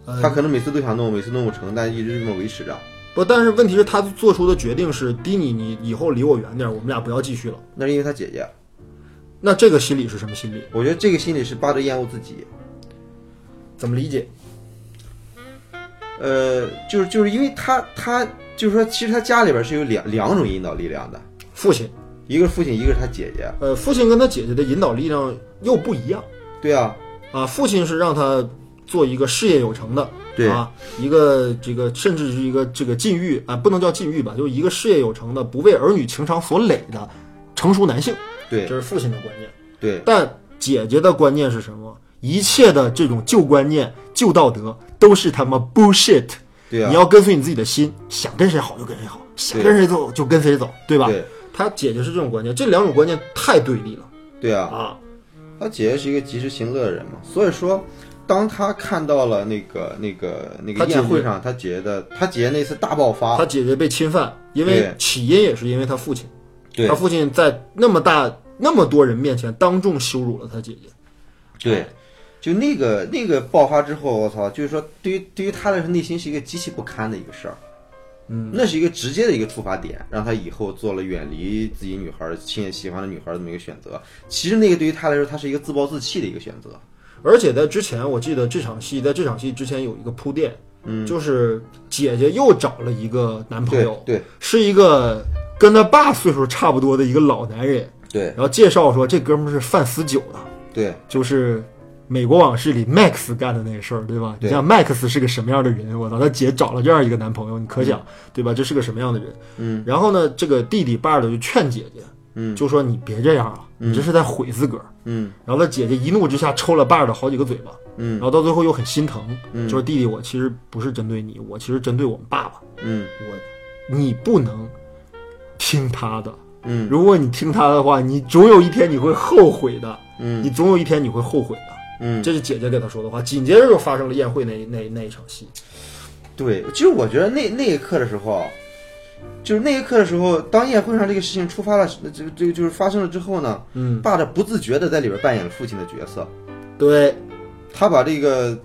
[SPEAKER 1] 呃
[SPEAKER 2] 他可能每次都想弄，每次弄不成，但一直这么维持着。
[SPEAKER 1] 不，但是问题是，他做出的决定是，迪尼，你以后离我远点，我们俩不要继续了。
[SPEAKER 2] 那是因为他姐姐。
[SPEAKER 1] 那这个心理是什么心理？
[SPEAKER 2] 我觉得这个心理是巴德厌恶自己，
[SPEAKER 1] 怎么理解？
[SPEAKER 2] 呃，就是就是因为他他就是说，其实他家里边是有两两种引导力量的，
[SPEAKER 1] 父亲，
[SPEAKER 2] 一个是父亲，一个是他姐姐。
[SPEAKER 1] 呃，父亲跟他姐姐的引导力量又不一样
[SPEAKER 2] 对啊，
[SPEAKER 1] 啊。父亲是让他做一个事业有成的，
[SPEAKER 2] 对
[SPEAKER 1] 啊，一个这个甚至是一个这个禁欲啊，不能叫禁欲吧，就是一个事业有成的、不为儿女情长所累的成熟男性，这
[SPEAKER 2] 对
[SPEAKER 1] 是父亲的观念。
[SPEAKER 2] 对
[SPEAKER 1] 但姐姐的观念是什么？一切的这种旧观念、旧道德都是他妈 bullshit。
[SPEAKER 2] 对啊
[SPEAKER 1] 你，要跟随你自己的心，想跟谁好就跟谁好，想跟谁走就跟谁走，对吧？
[SPEAKER 2] 对
[SPEAKER 1] 他姐姐是这种观念，这两种观念太对立了
[SPEAKER 2] 对啊，
[SPEAKER 1] 啊！
[SPEAKER 2] 他姐姐是一个及时行乐的人嘛，所以说，当他看到了那个那个那
[SPEAKER 1] 他
[SPEAKER 2] 个
[SPEAKER 1] 姐姐
[SPEAKER 2] 宴会上，他姐姐的他姐姐那次大爆发，
[SPEAKER 1] 他姐姐被侵犯，因为
[SPEAKER 2] 啊对
[SPEAKER 1] 起因也是因为他父亲，
[SPEAKER 2] 对
[SPEAKER 1] 他父亲在那么大那么多人面前当众羞辱了他姐姐，哎
[SPEAKER 2] 对，就那个那个爆发之后，我操，就是说，对于对于他来说，内心是一个极其不堪的一个事儿。嗯，那是一个直接的一个触发点，让他以后做了远离自己女孩儿、亲喜欢的女孩儿这么一个选择。其实那个对于他来说，他是一个自暴自弃的一个选择。
[SPEAKER 1] 而且在之前我记得这场戏在这场戏之前有一个铺垫，嗯，就是姐姐又找了一个男朋
[SPEAKER 2] 对
[SPEAKER 1] 友，
[SPEAKER 2] 对
[SPEAKER 1] 是一个跟他爸岁数差不多的一个老男人，
[SPEAKER 2] 对
[SPEAKER 1] 然后介绍说这哥们儿是贩私酒的。
[SPEAKER 2] 对
[SPEAKER 1] 就是《美国往事》里 Max 干的那个事儿，对吧？
[SPEAKER 2] 对
[SPEAKER 1] 你想 Max 是个什么样的人？我操，他姐找了这样一个男朋友，你可想、对吧？这是个什么样的人？
[SPEAKER 2] 嗯。
[SPEAKER 1] 然后呢，这个弟弟巴尔德就劝姐姐，
[SPEAKER 2] 嗯，
[SPEAKER 1] 就说你别这样了，你这是在毁自个儿。
[SPEAKER 2] 嗯
[SPEAKER 1] 然后他姐姐一怒之下抽了巴尔的好几个嘴巴，然
[SPEAKER 2] 嗯
[SPEAKER 1] 后到最后又很心疼，就是弟弟，我其实不是针对你，我其实针对我们爸爸，
[SPEAKER 2] 嗯
[SPEAKER 1] 我你不能听他的。
[SPEAKER 2] 嗯
[SPEAKER 1] 如果你听他的话，你总有一天你会后悔的，
[SPEAKER 2] 嗯
[SPEAKER 1] 你总有一天你会后悔的。
[SPEAKER 2] 嗯，
[SPEAKER 1] 这是姐姐给他说的话。紧接着就发生了宴会那那那一场戏，
[SPEAKER 2] 对，其实我觉得那那一刻的时候，就是那一刻的时候，当宴会上这个事情触发了，这个这个就是发生了之后呢，
[SPEAKER 1] 嗯，
[SPEAKER 2] 爸的不自觉的在里边扮演了父亲的角色，
[SPEAKER 1] 对，
[SPEAKER 2] 他把这个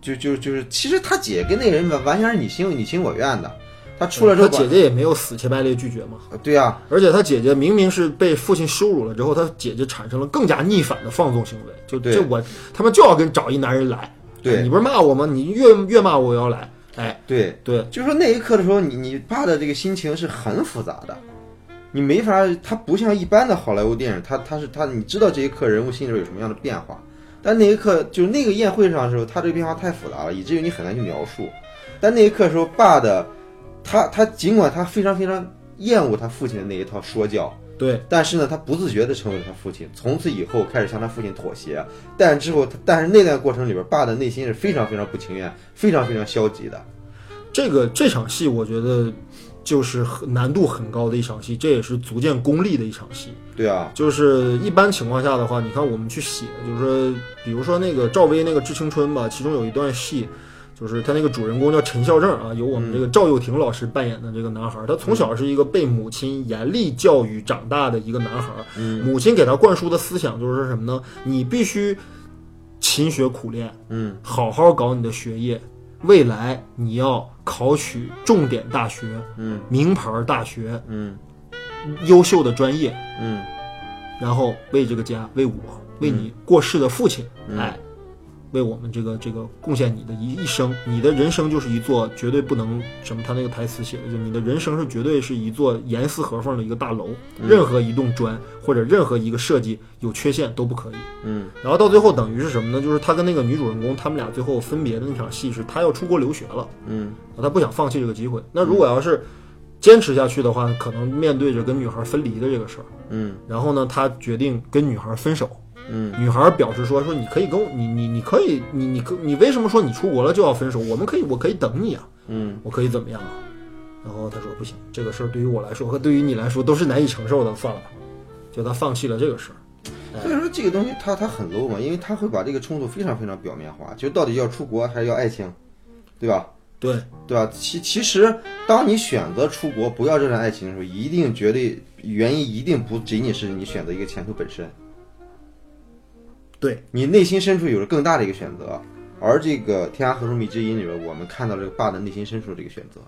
[SPEAKER 2] 就就就是，其实他姐跟那个人完完全是你情你情我愿的，他出来之
[SPEAKER 1] 他
[SPEAKER 2] 后
[SPEAKER 1] 姐
[SPEAKER 2] 把，
[SPEAKER 1] 姐也没有死乞白赖拒绝嘛。
[SPEAKER 2] 呃对啊，
[SPEAKER 1] 而且他姐姐明明是被父亲羞辱了之后，他姐姐产生了更加逆反的放纵行为，就
[SPEAKER 2] 对
[SPEAKER 1] 这我他们就要跟找一男人来，
[SPEAKER 2] 对
[SPEAKER 1] 啊你不是骂我吗？你越越骂我，我要来，哎，
[SPEAKER 2] 对，
[SPEAKER 1] 对，
[SPEAKER 2] 就是说那一刻的时候，你你爸的这个心情是很复杂的。你没法，他不像一般的好莱坞电影，他他是他，你知道这一刻人物心里边有什么样的变化，但那一刻就是那个宴会上的时候，他这个变化太复杂了，以至于你很难去描述。但那一刻的时候，爸的他他尽管他非常非常厌恶他父亲的那一套说教，
[SPEAKER 1] 对，
[SPEAKER 2] 但是呢，他不自觉地成为了他父亲，从此以后开始向他父亲妥协。但之后，但是那段过程里边，爸的内心是非常非常不情愿、非常非常消极的。
[SPEAKER 1] 这个这场戏我觉得就是很难度很高的一场戏，这也是足见功力的一场戏。
[SPEAKER 2] 对啊，
[SPEAKER 1] 就是一般情况下的话，你看我们去写，就是说，比如说那个赵薇那个《致青春》吧，其中有一段戏，就是他那个主人公叫陈孝正啊，由我们这个赵又廷老师扮演的这个男孩，他从小是一个被母亲严厉教育长大的一个男孩，
[SPEAKER 2] 嗯
[SPEAKER 1] 母亲给他灌输的思想就是什么呢？你必须勤学苦练，
[SPEAKER 2] 嗯
[SPEAKER 1] 好好搞你的学业，未来你要考取重点大学、
[SPEAKER 2] 嗯
[SPEAKER 1] 名牌大学、
[SPEAKER 2] 嗯
[SPEAKER 1] 优秀的专业，
[SPEAKER 2] 嗯
[SPEAKER 1] 然后为这个家，为我，为你过世的父亲，
[SPEAKER 2] 嗯
[SPEAKER 1] 哎，为我们这个这个贡献你的一一生，你的人生就是一座绝对不能什么，他那个台词写的就是你的人生是绝对是一座严丝合缝的一个大楼，任何一栋砖或者任何一个设计有缺陷都不可以。
[SPEAKER 2] 嗯
[SPEAKER 1] 然后到最后等于是什么呢？就是他跟那个女主人公，他们俩最后分别的那场戏是他要出国留学了。
[SPEAKER 2] 嗯
[SPEAKER 1] 他不想放弃这个机会。那如果要是坚持下去的话，可能面对着跟女孩分离的这个事儿。
[SPEAKER 2] 嗯
[SPEAKER 1] 然后呢，他决定跟女孩分手。
[SPEAKER 2] 嗯
[SPEAKER 1] 女孩表示说：“说你可以跟我，你你你可以，你你可你为什么说你出国了就要分手？我们可以，我可以等你啊，
[SPEAKER 2] 嗯，
[SPEAKER 1] 我可以怎么样啊？”然后他说：“不行，这个事儿对于我来说和对于你来说都是难以承受的，算了吧。”就他放弃了这个事儿。
[SPEAKER 2] 所以说这个东西它它很 low 嘛，因为它会把这个冲突非常非常表面化，就到底要出国还是要爱情，对吧？
[SPEAKER 1] 对，
[SPEAKER 2] 对吧？其其实，当你选择出国不要这段爱情的时候，一定绝对原因一定不仅仅是你选择一个前途本身，
[SPEAKER 1] 对，
[SPEAKER 2] 你内心深处有着更大的一个选择。而这个《天涯何处觅知音》里边，我们看到这个爸的内心深处的这个选择。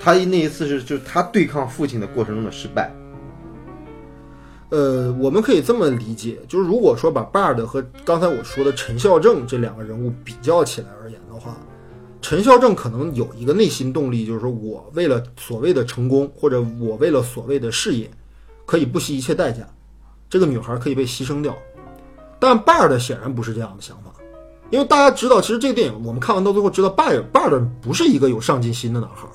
[SPEAKER 2] 他那一次是就是他对抗父亲的过程中的失败，
[SPEAKER 1] 呃，我们可以这么理解，就是如果说把 Bard 和刚才我说的陈孝正这两个人物比较起来而言的话，陈孝正可能有一个内心动力，就是说我为了所谓的成功，或者我为了所谓的事业，可以不惜一切代价，这个女孩可以被牺牲掉。但 Bard 显然不是这样的想法，因为大家知道，其实这个电影我们看完到最后知道，Bard Bard 不是一个有上进心的男孩，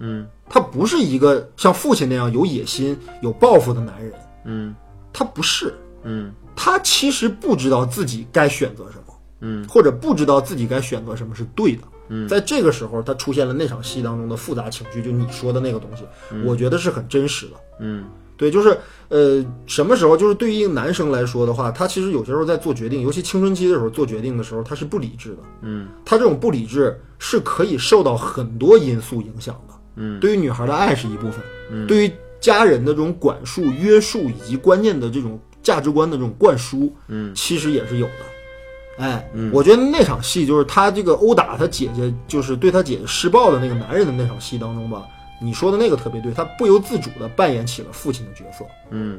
[SPEAKER 2] 嗯
[SPEAKER 1] 他不是一个像父亲那样有野心、有抱负的男人，
[SPEAKER 2] 嗯
[SPEAKER 1] 他不是。
[SPEAKER 2] 嗯
[SPEAKER 1] 他其实不知道自己该选择什么，
[SPEAKER 2] 嗯，
[SPEAKER 1] 或者不知道自己该选择什么是对的。
[SPEAKER 2] 嗯，
[SPEAKER 1] 在这个时候，他出现了那场戏当中的复杂情绪，就你说的那个东西，我觉得是很真实的。
[SPEAKER 2] 嗯
[SPEAKER 1] 对，就是呃，什么时候就是对于一个男生来说的话，他其实有些时候在做决定，尤其青春期的时候做决定的时候，他是不理智的。
[SPEAKER 2] 嗯
[SPEAKER 1] 他这种不理智是可以受到很多因素影响的。
[SPEAKER 2] 嗯
[SPEAKER 1] 对于女孩的爱是一部分，对于家人的这种管束、约束以及观念的这种价值观的这种灌输，
[SPEAKER 2] 嗯
[SPEAKER 1] 其实也是有的。哎，我觉得那场戏就是他这个殴打他姐姐，就是对他姐姐施暴的那个男人的那场戏当中吧，你说的那个特别对，他不由自主的扮演起了父亲的角色。
[SPEAKER 2] 嗯，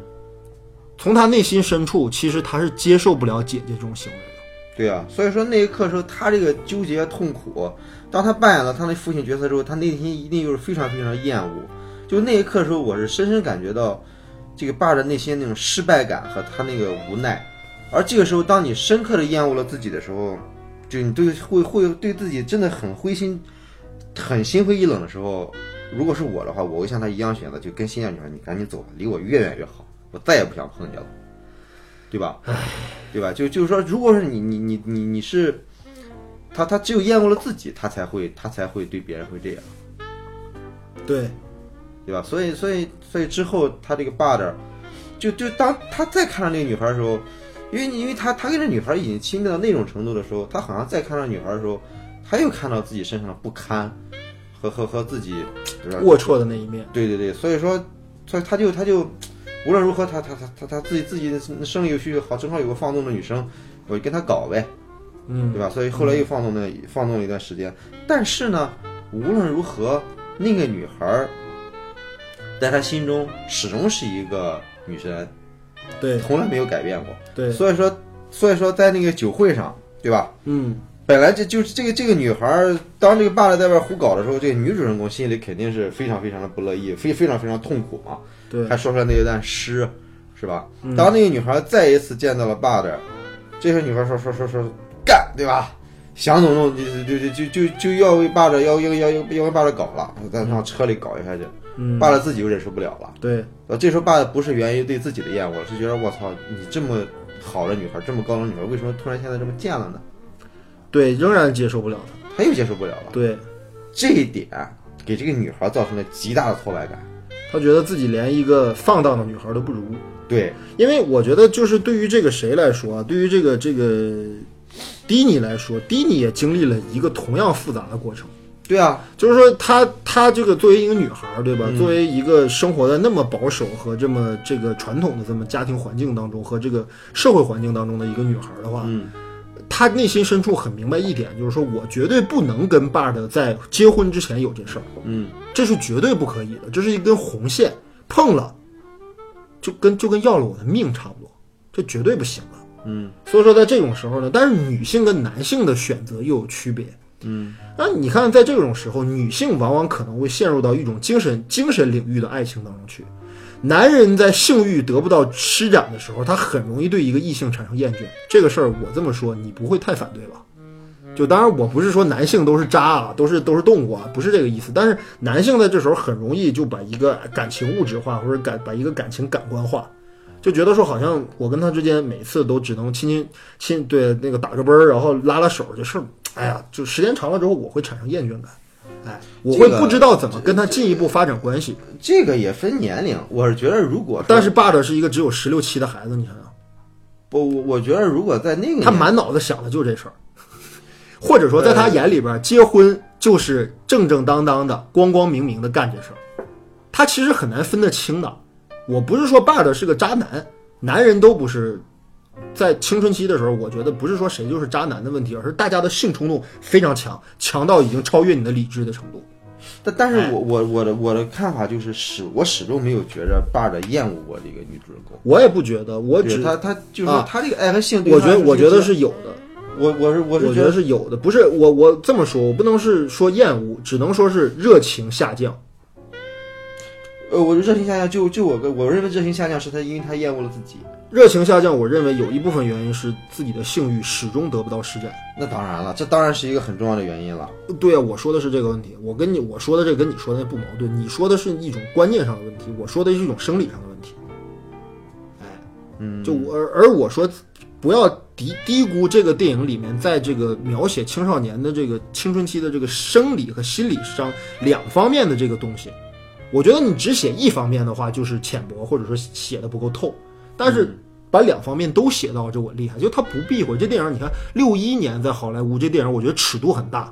[SPEAKER 1] 从他内心深处，其实他是接受不了姐姐这种行为的。
[SPEAKER 2] 对啊，所以说那一刻的时候，他这个纠结痛苦，当他扮演了他那父亲角色之后，他内心一定就是非常非常厌恶。就那一刻的时候，我是深深感觉到这个爸的内心那种失败感和他那个无奈。而这个时候，当你深刻的厌恶了自己的时候，就你对会会对自己真的很灰心、很心灰意冷的时候，如果是我的话，我会像他一样选择，就跟心爱女孩，你赶紧走吧，离我越远越好，我再也不想碰你了，对吧？对吧？就就是说，如果是你你你你你是，他他只有厌恶了自己，他才会他才会对别人会这样，
[SPEAKER 1] 对，
[SPEAKER 2] 对吧？所以所以所以之后他这个爸这儿，就就当他再看到那个女孩的时候，因为因为他他跟这女孩已经亲密到那种程度的时候，他好像再看到女孩的时候，他又看到自己身上的不堪和和和自己，对吧？
[SPEAKER 1] 龌龊的那一面。
[SPEAKER 2] 对对对，所以说，所以他就他就无论如何，他他他他他自己自己生理有需求，好正好有个放纵的女生，我就跟他搞呗。
[SPEAKER 1] 嗯
[SPEAKER 2] 对，吧？所以后来又放纵了、放纵了一段时间，但是呢，无论如何，那个女孩儿在他心中始终是一个女神，
[SPEAKER 1] 对
[SPEAKER 2] 从来没有改变过。
[SPEAKER 1] 对，
[SPEAKER 2] 所以说，所以说在那个酒会上，对吧？
[SPEAKER 1] 嗯，
[SPEAKER 2] 本来这就是这个这个女孩儿，当这个爸爸在外胡搞的时候，这个女主人公心里肯定是非常非常的不乐意，非非常非常痛苦嘛。
[SPEAKER 1] 对嗯
[SPEAKER 2] 还说出来那一段诗，是吧？当那个女孩再一次见到了爸这儿，这时候女孩说说说说干，对吧？想怎么弄就就就就就就要为爸这要要要要要为爸这搞了，再上车里搞一下去，
[SPEAKER 1] 嗯，
[SPEAKER 2] 爸这自己又忍受不了了。
[SPEAKER 1] 对
[SPEAKER 2] 呃，这时候爸不是源于对自己的厌恶，是觉得我操，你这么好的女孩，这么高冷的女孩，为什么突然现在这么贱了呢？
[SPEAKER 1] 对，仍然接受不了他。
[SPEAKER 2] 他又接受不了了，
[SPEAKER 1] 对
[SPEAKER 2] 这一点给这个女孩造成了极大的挫败感。
[SPEAKER 1] 他觉得自己连一个放荡的女孩都不如。
[SPEAKER 2] 对，
[SPEAKER 1] 因为我觉得，就是对于这个谁来说啊，对于这个这个迪尼来说，迪尼也经历了一个同样复杂的过程。
[SPEAKER 2] 对啊，
[SPEAKER 1] 就是说她，她这个作为一个女孩儿，对吧？作为一个生活在那么保守和这么这个传统的这么家庭环境当中和这个社会环境当中的一个女孩儿的话，
[SPEAKER 2] 嗯
[SPEAKER 1] 她内心深处很明白一点，就是说我绝对不能跟爸的在结婚之前有这事儿，
[SPEAKER 2] 嗯，
[SPEAKER 1] 这是绝对不可以的，这是一根红线，碰了就跟就跟要了我的命差不多，这绝对不行了。
[SPEAKER 2] 嗯
[SPEAKER 1] 所以说，在这种时候呢，但是女性跟男性的选择又有区别。
[SPEAKER 2] 嗯，
[SPEAKER 1] 那你看，在这种时候，女性往往可能会陷入到一种精神精神领域的爱情当中去。男人在性欲得不到施展的时候，他很容易对一个异性产生厌倦。这个事儿，我这么说，你不会太反对吧？就当然我不是说男性都是渣啊，都是都是动物啊，不是这个意思。但是男性在这时候很容易就把一个感情物质化，或者感把一个感情感官化，就觉得说好像我跟他之间每次都只能亲亲亲，对那个打个啵儿，然后拉拉手，就是哎呀，就时间长了之后我会产生厌倦感。哎，我会
[SPEAKER 2] 这个
[SPEAKER 1] 不知道怎么跟他进一步发展关系，
[SPEAKER 2] 这个也分年龄，我是觉得如果
[SPEAKER 1] 但是爸爸是一个只有十六七的孩子，你想想，
[SPEAKER 2] 不，我我觉得如果在那个年
[SPEAKER 1] 他满脑子想的就这事儿，或者说在他眼里边儿，结婚就是正正当当的、光光明明的干这事儿，他其实很难分得清的。我不是说爸的是个渣男，男人都不是。在青春期的时候，我觉得不是说谁就是渣男的问题，而是大家的性冲动非常强，强到已经超越你的理智的程度。
[SPEAKER 2] 但但
[SPEAKER 1] 哎
[SPEAKER 2] 是我我我的我的看法就是始我始终没有觉着爸的厌恶我这个女主人公，
[SPEAKER 1] 我也不觉得，我
[SPEAKER 2] 对
[SPEAKER 1] 只
[SPEAKER 2] 他他就是
[SPEAKER 1] 啊
[SPEAKER 2] 他这个爱和性对
[SPEAKER 1] 我
[SPEAKER 2] 他
[SPEAKER 1] 觉得
[SPEAKER 2] 来说
[SPEAKER 1] 我觉得
[SPEAKER 2] 一个，
[SPEAKER 1] 是有的，
[SPEAKER 2] 我我是我是
[SPEAKER 1] 我觉
[SPEAKER 2] 觉
[SPEAKER 1] 得是有的，不是我我这么说，我不能是说厌恶，只能说是热情下降。
[SPEAKER 2] 呃，我热情下降就就我个我认为热情下降是他因为他厌恶了自己，
[SPEAKER 1] 热情下降，我认为有一部分原因是自己的性欲始终得不到施展。
[SPEAKER 2] 那当然了，这当然是一个很重要的原因了。
[SPEAKER 1] 对啊，我说的是这个问题。我跟你我说的这跟你说的不矛盾。你说的是一种观念上的问题，我说的是一种生理上的问题。哎
[SPEAKER 2] 嗯，
[SPEAKER 1] 就我而而我说，不要低低估这个电影里面在这个描写青少年的这个青春期的这个生理和心理上两方面的这个东西。我觉得你只写一方面的话，就是浅薄，或者说写的不够透。但
[SPEAKER 2] 嗯
[SPEAKER 1] 是把两方面都写到，这我厉害。就他不避讳这电影，你看六一年在好莱坞这电影，我觉得尺度很大，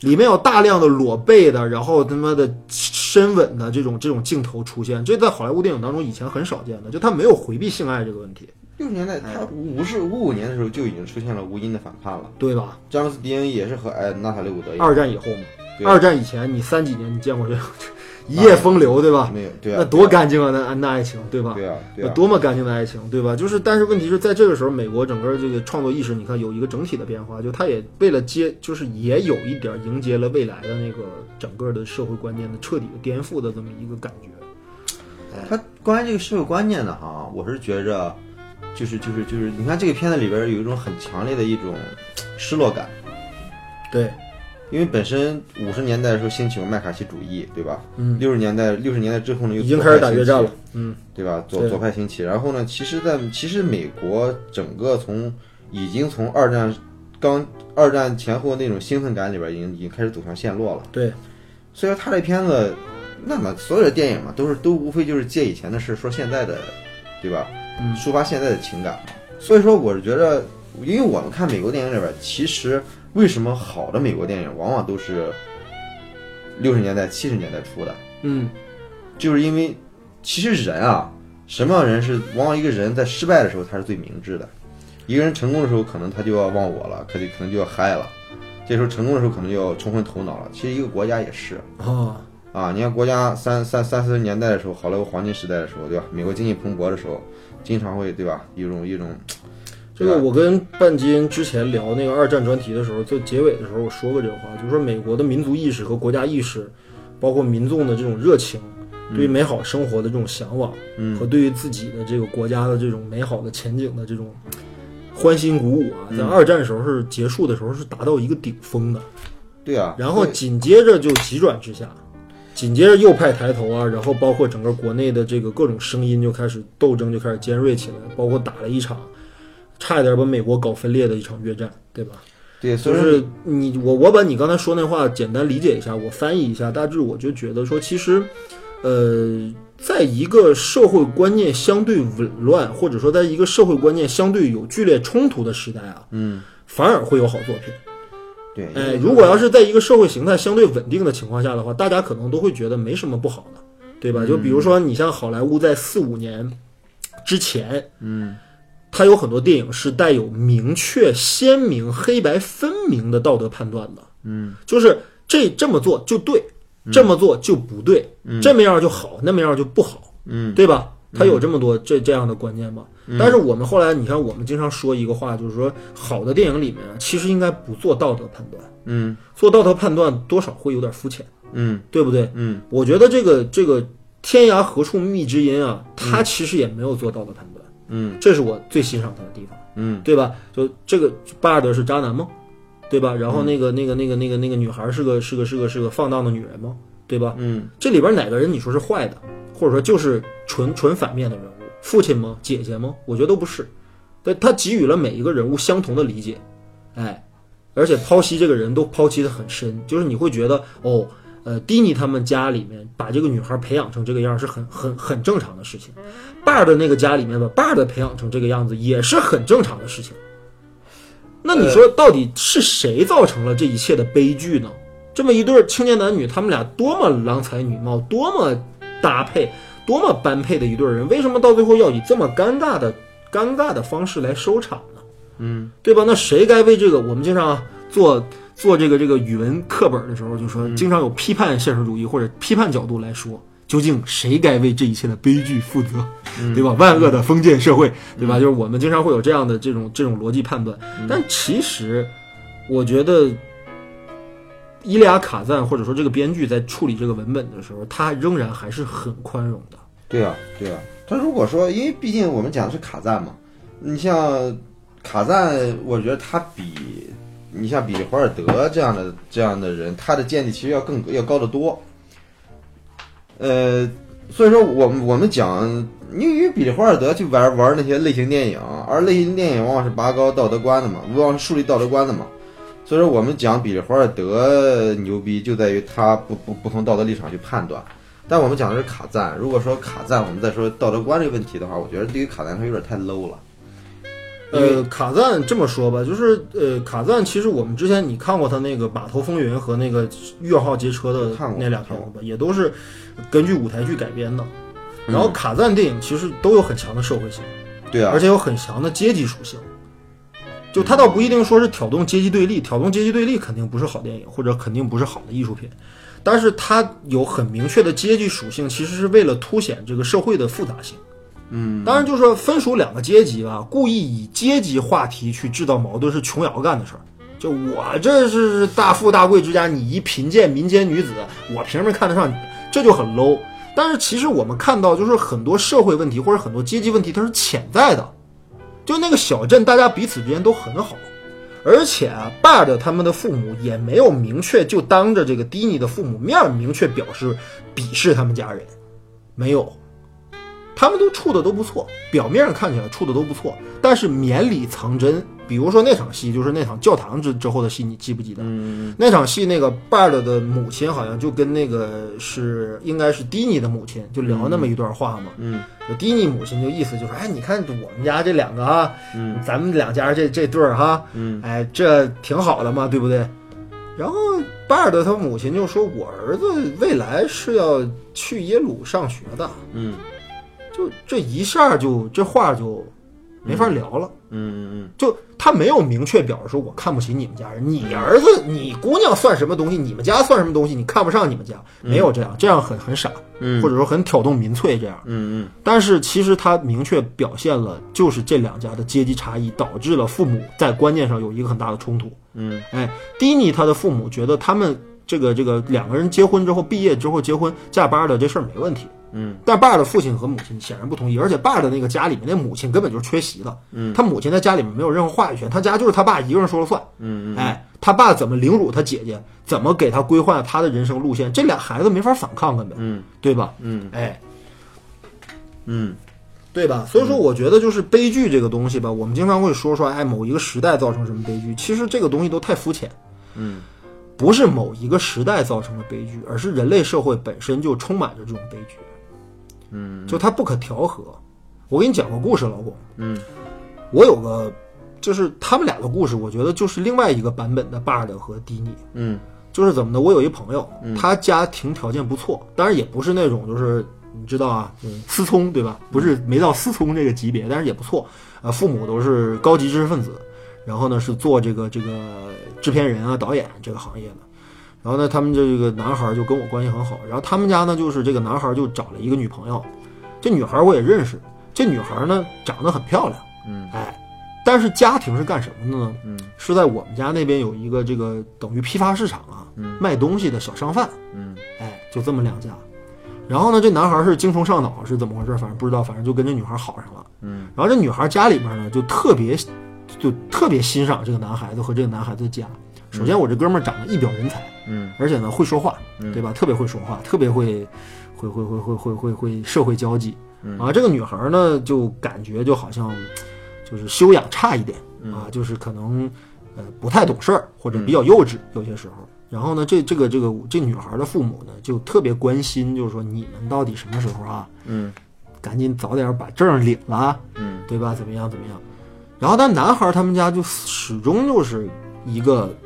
[SPEAKER 1] 里面有大量的裸背的，然后他妈的深吻的这种这种镜头出现，这在好莱坞电影当中以前很少见的，就他没有回避性爱这个问题，
[SPEAKER 2] 六十年代
[SPEAKER 1] 哎
[SPEAKER 2] 他五十五五年的时候就已经出现了无因的反叛了，
[SPEAKER 1] 对吧？
[SPEAKER 2] 詹姆斯迪恩也是和哎娜塔莉伍德一样，
[SPEAKER 1] 二战以后嘛，
[SPEAKER 2] 对
[SPEAKER 1] 二战以前你三几年你见过这 种一夜风流对吧？
[SPEAKER 2] 没有对啊，
[SPEAKER 1] 那多干净啊，那那爱情对吧？
[SPEAKER 2] 对啊对
[SPEAKER 1] 那
[SPEAKER 2] 啊，
[SPEAKER 1] 多么干净的爱情，对吧？就是，但是问题是在这个时候，美国整个这个创作意识，你看有一个整体的变化，就它也为了接，就是也有一点迎接了未来的那个整个的社会观念的彻底的颠覆的这么一个感觉。
[SPEAKER 2] 他关于这个社会观念的哈，我是觉着，就是就是就是，你看这个片子里边有一种很强烈的一种失落感，
[SPEAKER 1] 对，
[SPEAKER 2] 因为本身五十年代的时候兴起过麦卡锡主义，对吧？
[SPEAKER 1] 嗯，
[SPEAKER 2] 六十年代六十年代之后呢，又
[SPEAKER 1] 已经开始打越战
[SPEAKER 2] 左派
[SPEAKER 1] 了
[SPEAKER 2] 兴起，。
[SPEAKER 1] 嗯，
[SPEAKER 2] 对吧？左
[SPEAKER 1] 对
[SPEAKER 2] 左派兴起，然后呢，其实在其实美国整个从已经从二战刚二战前后那种兴奋感里边，已经已经开始走向陷落了。
[SPEAKER 1] 对，
[SPEAKER 2] 所以说他这片子，那么所有的电影嘛，都是都无非就是借以前的事说现在的，对吧？
[SPEAKER 1] 嗯
[SPEAKER 2] 抒发现在的情感。所以说，我是觉得，因为我们看美国电影里边，其实为什么好的美国电影往往都是六十年代、七十年代出的，
[SPEAKER 1] 嗯，
[SPEAKER 2] 就是因为其实人啊，什么样的人是往往一个人在失败的时候他是最明智的，一个人成功的时候可能他就要忘我了，可能可能就要嗨了，这时候成功的时候可能就要冲昏头脑了。其实一个国家也是，
[SPEAKER 1] 哦，
[SPEAKER 2] 啊，你看国家三三三四十年代的时候，好莱坞黄金时代的时候，对吧？美国经济蓬勃的时候，经常会对吧？一种一种，
[SPEAKER 1] 这
[SPEAKER 2] 啊
[SPEAKER 1] 个我跟半斤之前聊那个二战专题的时候，就结尾的时候我说过这个话，就是说美国的民族意识和国家意识，包括民众的这种热情，对于美好生活的这种向往，
[SPEAKER 2] 嗯
[SPEAKER 1] 和对于自己的这个国家的这种美好的前景的这种欢欣鼓舞
[SPEAKER 2] 嗯
[SPEAKER 1] 啊，在二战时候是结束的时候是达到一个顶峰的，
[SPEAKER 2] 对啊。
[SPEAKER 1] 然后
[SPEAKER 2] 对
[SPEAKER 1] 紧接着就急转直下，紧接着右派抬头啊，然后包括整个国内的这个各种声音就开始斗争就开始尖锐起来，包括打了一场差一点把美国搞分裂的一场越战，对吧？
[SPEAKER 2] 对，所
[SPEAKER 1] 就
[SPEAKER 2] 以说
[SPEAKER 1] 是你我我把你刚才说那话简单理解一下，我翻译一下，大致我就觉得说，其实，呃，在一个社会观念相对紊乱，或者说在一个社会观念相对有剧烈冲突的时代啊，
[SPEAKER 2] 嗯，
[SPEAKER 1] 反而会有好作品。
[SPEAKER 2] 对，因
[SPEAKER 1] 哎
[SPEAKER 2] 为，
[SPEAKER 1] 如果要是在一个社会形态相对稳定的情况下的话，大家可能都会觉得没什么不好的，对吧？就比如说你像好莱坞在四五年之前，嗯，它有很多电影是带有明确、鲜明、黑白分明的道德判断的，嗯，就是这这么做就对，这么做就不对，这么样就好，那么样就不好，
[SPEAKER 2] 嗯，
[SPEAKER 1] 对吧？它有这么多这这样的观念吗？但是我们后来，你看，我们经常说一个话，就是说，好的电影里面其实应该不做道德判断，
[SPEAKER 2] 嗯
[SPEAKER 1] 做道德判断多少会有点肤浅，
[SPEAKER 2] 嗯
[SPEAKER 1] 对不对？
[SPEAKER 2] 嗯，
[SPEAKER 1] 我觉得这个这个天涯何处觅知音啊，他其实也没有做道德判断，
[SPEAKER 2] 嗯
[SPEAKER 1] 这是我最欣赏他的地方，
[SPEAKER 2] 嗯
[SPEAKER 1] 对吧？就这个巴尔德是渣男吗？对吧？然后那个、那个那个那个那个女孩是个是个是个是个放荡的女人吗？对吧？
[SPEAKER 2] 嗯，
[SPEAKER 1] 这里边哪个人你说是坏的，或者说就是纯纯反面的人物？父亲吗？姐姐吗？我觉得都不是。但他给予了每一个人物相同的理解，哎，而且剖析这个人都剖析的很深，就是你会觉得哦，呃，迪尼他们家里面把这个女孩培养成这个样是很很很正常的事情，爸儿的那个家里面把爸儿的培养成这个样子也是很正常的事情。那你说到底是谁造成了这一切的悲剧呢？这么一对儿青年男女，他们俩多么郎才女貌，多么搭配，多么般配的一对儿人，为什么到最后要以这么尴尬的尴尬的方式来收场呢？
[SPEAKER 2] 嗯，
[SPEAKER 1] 对吧？那谁该为这个？我们经常啊做做这个这个语文课本的时候，就说经常有批判现实主义或者批判角度来说，究竟谁该为这一切的悲剧负责，对吧？万恶的封建社会，对吧？就是我们经常会有这样的这种这种逻辑判断，但其实我觉得。伊利亚卡赞或者说这个编剧在处理这个文本的时候，他仍然还是很宽容的。
[SPEAKER 2] 对啊，对啊。他如果说，因为毕竟我们讲的是卡赞嘛，你像卡赞，我觉得他比你像比利华尔德这样的这样的人，他的见地其实要更要高得多。呃，所以说我们我们讲，因为因为比利华尔德去玩玩那些类型电影，而类型电影往往是拔高道德观的嘛，往往是树立道德观的嘛。所以说我们讲比利华尔德牛逼，就在于他不不不从道德立场去判断。但我们讲的是卡赞，如果说卡赞，我们再说道德观这个问题的话，我觉得对于卡赞他有点太 low 了。因为
[SPEAKER 1] 呃，卡赞这么说吧，就是呃，卡赞其实我们之前你看过他那个《码头风云》和那个《月号街车》的
[SPEAKER 2] 看过
[SPEAKER 1] 那俩片
[SPEAKER 2] 看
[SPEAKER 1] 子
[SPEAKER 2] 过
[SPEAKER 1] 吧，也都是根据舞台剧改编的。然后卡赞电影其实都有很强的社会性，
[SPEAKER 2] 对啊
[SPEAKER 1] 而，且有很强的阶级属性。就它倒不一定说是挑动阶级对立，挑动阶级对立肯定不是好电影，或者肯定不是好的艺术品。但是它有很明确的阶级属性，其实是为了凸显这个社会的复杂性。
[SPEAKER 2] 嗯，
[SPEAKER 1] 当然，就是说分属两个阶级吧，故意以阶级话题去制造矛盾是琼瑶干的事儿。就我这是大富大贵之家，你一贫贱民间女子，我凭什么看得上你？这就很 low。但是其实我们看到，就是很多社会问题或者很多阶级问题，它是潜在的。就那个小镇，大家彼此之间都很好，而且啊，爸的他们的父母也没有明确就当着这个迪尼的父母面儿明确表示鄙视他们家人，没有。他们都处的都不错，表面上看起来处的都不错，但是绵里藏针。比如说那场戏，就是那场教堂之之后的戏，你记不记得？
[SPEAKER 2] 嗯
[SPEAKER 1] 那场戏那个 Bard 的母亲好像就跟那个是应该是迪尼的母亲就聊那么一段话嘛。
[SPEAKER 2] 嗯
[SPEAKER 1] 就迪尼母亲就意思就说，哎，你看我们家这两个啊，
[SPEAKER 2] 嗯
[SPEAKER 1] 咱们两家这这对儿哈，
[SPEAKER 2] 嗯
[SPEAKER 1] 哎，这挺好的嘛，对不对？然后巴尔德他母亲就说，我儿子未来是要去耶鲁上学的，
[SPEAKER 2] 嗯
[SPEAKER 1] 就这一下就这话就没法聊了。
[SPEAKER 2] 嗯嗯
[SPEAKER 1] 就他没有明确表示说我看不起你们家人，你儿子、你姑娘算什么东西？你们家算什么东西？你看不上你们家，没有这样，这样很很傻，
[SPEAKER 2] 嗯
[SPEAKER 1] 或者说很挑动民粹这样。
[SPEAKER 2] 嗯
[SPEAKER 1] 但是其实他明确表现了，就是这两家的阶级差异导致了父母在观念上有一个很大的冲突。
[SPEAKER 2] 嗯
[SPEAKER 1] 哎，迪尼他的父母觉得他们这个这个两个人结婚之后，毕业之后结婚嫁班儿的这事儿没问题，
[SPEAKER 2] 嗯
[SPEAKER 1] 但爸的父亲和母亲显然不同意，而且爸的那个家里面那母亲根本就是缺席的，
[SPEAKER 2] 嗯
[SPEAKER 1] 他母亲在家里面没有任何话语权，他家就是他爸一个人说了算，
[SPEAKER 2] 嗯
[SPEAKER 1] 哎，他爸怎么凌辱他姐姐，怎么给他规划他的人生路线，这俩孩子没法反抗，根本
[SPEAKER 2] 嗯
[SPEAKER 1] 对吧？
[SPEAKER 2] 嗯
[SPEAKER 1] 哎，
[SPEAKER 2] 嗯
[SPEAKER 1] 对吧？所以说，我觉得就是悲剧这个东西吧，我们经常会说说，哎，某一个时代造成什么悲剧，其实这个东西都太肤浅。
[SPEAKER 2] 嗯，
[SPEAKER 1] 不是某一个时代造成的悲剧，而是人类社会本身就充满着这种悲剧。
[SPEAKER 2] 嗯，
[SPEAKER 1] 就它不可调和。我给你讲个故事，老巩。
[SPEAKER 2] 嗯，
[SPEAKER 1] 我有个，就是他们俩的故事，我觉得就是另外一个版本的巴尔德和迪尼。
[SPEAKER 2] 嗯
[SPEAKER 1] 就是怎么呢？我有一朋友，他家庭条件不错，当然也不是那种就是你知道啊，嗯思聪对吧？不是没到思聪这个级别，但是也不错。呃，父母都是高级知识分子，然后呢是做这个这个制片人啊、导演这个行业的。然后呢，他们这个男孩就跟我关系很好。然后他们家呢，就是这个男孩就找了一个女朋友，这女孩我也认识。这女孩呢长得很漂亮，
[SPEAKER 2] 嗯
[SPEAKER 1] 哎，但是家庭是干什么的呢？
[SPEAKER 2] 嗯，
[SPEAKER 1] 是在我们家那边有一个这个等于批发市场啊，
[SPEAKER 2] 嗯
[SPEAKER 1] 卖东西的小商贩，
[SPEAKER 2] 嗯
[SPEAKER 1] 哎，就这么两家。然后呢，这男孩是精虫上脑是怎么回事？反正不知道，反正就跟这女孩好上了。
[SPEAKER 2] 嗯
[SPEAKER 1] 然后这女孩家里面呢，就特别就特别欣赏这个男孩子和这个男孩子的家，首先，我这哥们儿长得一表人才，
[SPEAKER 2] 嗯
[SPEAKER 1] 而且呢会说话，
[SPEAKER 2] 嗯
[SPEAKER 1] 对吧？特别会说话，特别会会会会会会会会社会交际
[SPEAKER 2] 嗯
[SPEAKER 1] 啊。这个女孩儿呢，就感觉就好像就是修养差一点
[SPEAKER 2] 嗯
[SPEAKER 1] 啊，就是可能呃不太懂事儿，或者比较幼稚，有些时候。然后呢，这这个这个这女孩儿的父母呢，就特别关心，就是说你们到底什么时候啊，
[SPEAKER 2] 嗯
[SPEAKER 1] 赶紧早点把证儿领了啊，
[SPEAKER 2] 嗯
[SPEAKER 1] 对吧？怎么样怎么样？然后但男孩儿他们家就始终就是一个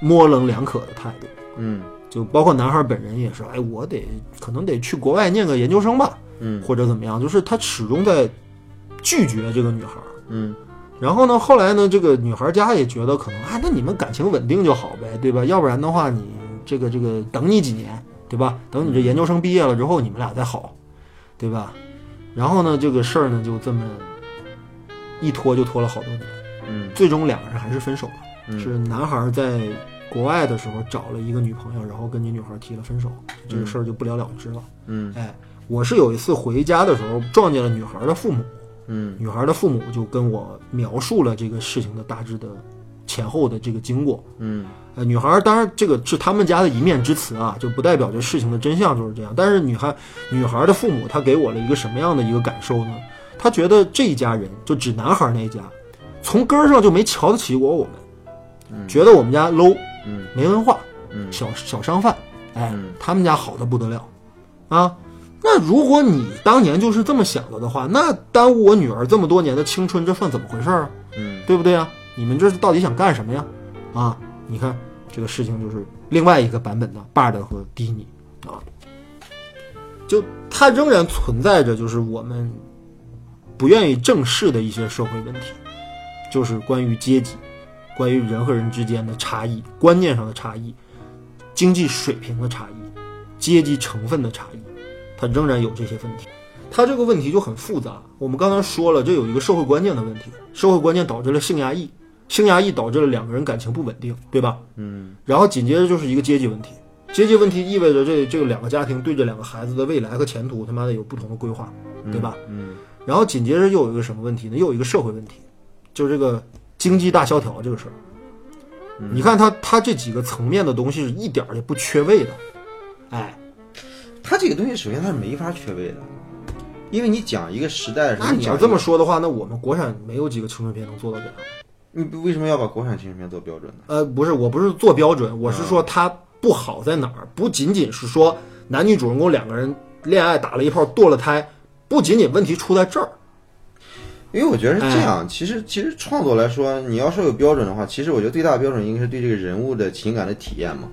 [SPEAKER 1] 模棱两可的态度，
[SPEAKER 2] 嗯
[SPEAKER 1] 就包括男孩儿本人也是，哎，我得可能得去国外念个研究生吧，
[SPEAKER 2] 嗯
[SPEAKER 1] 或者怎么样，就是他始终在拒绝这个女孩儿。
[SPEAKER 2] 嗯
[SPEAKER 1] 然后呢，后来呢，这个女孩家也觉得可能啊，那你们感情稳定就好呗，对吧？要不然的话，你这个这个等你几年，对吧？等你这研究生毕业了之后，你们俩再好，对吧？然后呢，这个事儿呢就这么一拖就拖了好多年，
[SPEAKER 2] 嗯
[SPEAKER 1] 最终两个人还是分手了。
[SPEAKER 2] 嗯
[SPEAKER 1] 是男孩在国外的时候找了一个女朋友，然后跟你女孩提了分手，这个事儿就不了了之了。
[SPEAKER 2] 嗯
[SPEAKER 1] 哎，我是有一次回家的时候撞见了女孩的父母，
[SPEAKER 2] 嗯
[SPEAKER 1] 女孩的父母就跟我描述了这个事情的大致的前后的这个经过。
[SPEAKER 2] 嗯
[SPEAKER 1] 呃，女孩当然这个是他们家的一面之词啊，就不代表这事情的真相就是这样。但是女孩女孩的父母他给我了一个什么样的一个感受呢？他觉得这一家人就指男孩那一家，从根儿上就没瞧得起我我们，觉得我们家 low
[SPEAKER 2] 嗯
[SPEAKER 1] 没文化，
[SPEAKER 2] 嗯
[SPEAKER 1] 小小商贩，哎
[SPEAKER 2] 嗯，
[SPEAKER 1] 他们家好的不得了，啊，那如果你当年就是这么想的的话，那耽误我女儿这么多年的青春，这算怎么回事儿啊？
[SPEAKER 2] 嗯
[SPEAKER 1] 对不对啊？你们这是到底想干什么呀？啊，你看这个事情就是另外一个版本的 Bard 和 d 尼啊，就它仍然存在着就是我们不愿意正视的一些社会问题，就是关于阶级、关于人和人之间的差异、观念上的差异、经济水平的差异、阶级成分的差异，它仍然有这些问题。它这个问题就很复杂。我们刚才说了，这有一个社会观念的问题，社会观念导致了性压抑，性压抑导致了两个人感情不稳定，对吧？
[SPEAKER 2] 嗯
[SPEAKER 1] 然后紧接着就是一个阶级问题，阶级问题意味着这这个两个家庭对这两个孩子的未来和前途，他妈的有不同的规划，对吧？
[SPEAKER 2] 嗯
[SPEAKER 1] 然后紧接着又有一个什么问题呢？又有一个社会问题，就是这个经济大萧条这个事儿。你看它它这几个层面的东西是一点儿也不缺位的，哎，
[SPEAKER 2] 它这个东西首先它是没法缺位的，因为你讲一个时代的时候，
[SPEAKER 1] 那哎你要
[SPEAKER 2] 讲
[SPEAKER 1] 这
[SPEAKER 2] 一
[SPEAKER 1] 么
[SPEAKER 2] 个，
[SPEAKER 1] 说的话，那我们国产没有几个青春片能做到这样。
[SPEAKER 2] 你为什么要把国产青春片做标准呢？
[SPEAKER 1] 呃，不是，我不是做标准，我是
[SPEAKER 2] 嗯
[SPEAKER 1] 说它不好在哪儿，不仅仅是说男女主人公两个人恋爱打了一炮堕了胎，不仅仅问题出在这儿。
[SPEAKER 2] 因为我觉得是这样，其实其实创作来说，你要说有标准的话，其实我觉得最大的标准应该是对这个人物的情感的体验嘛，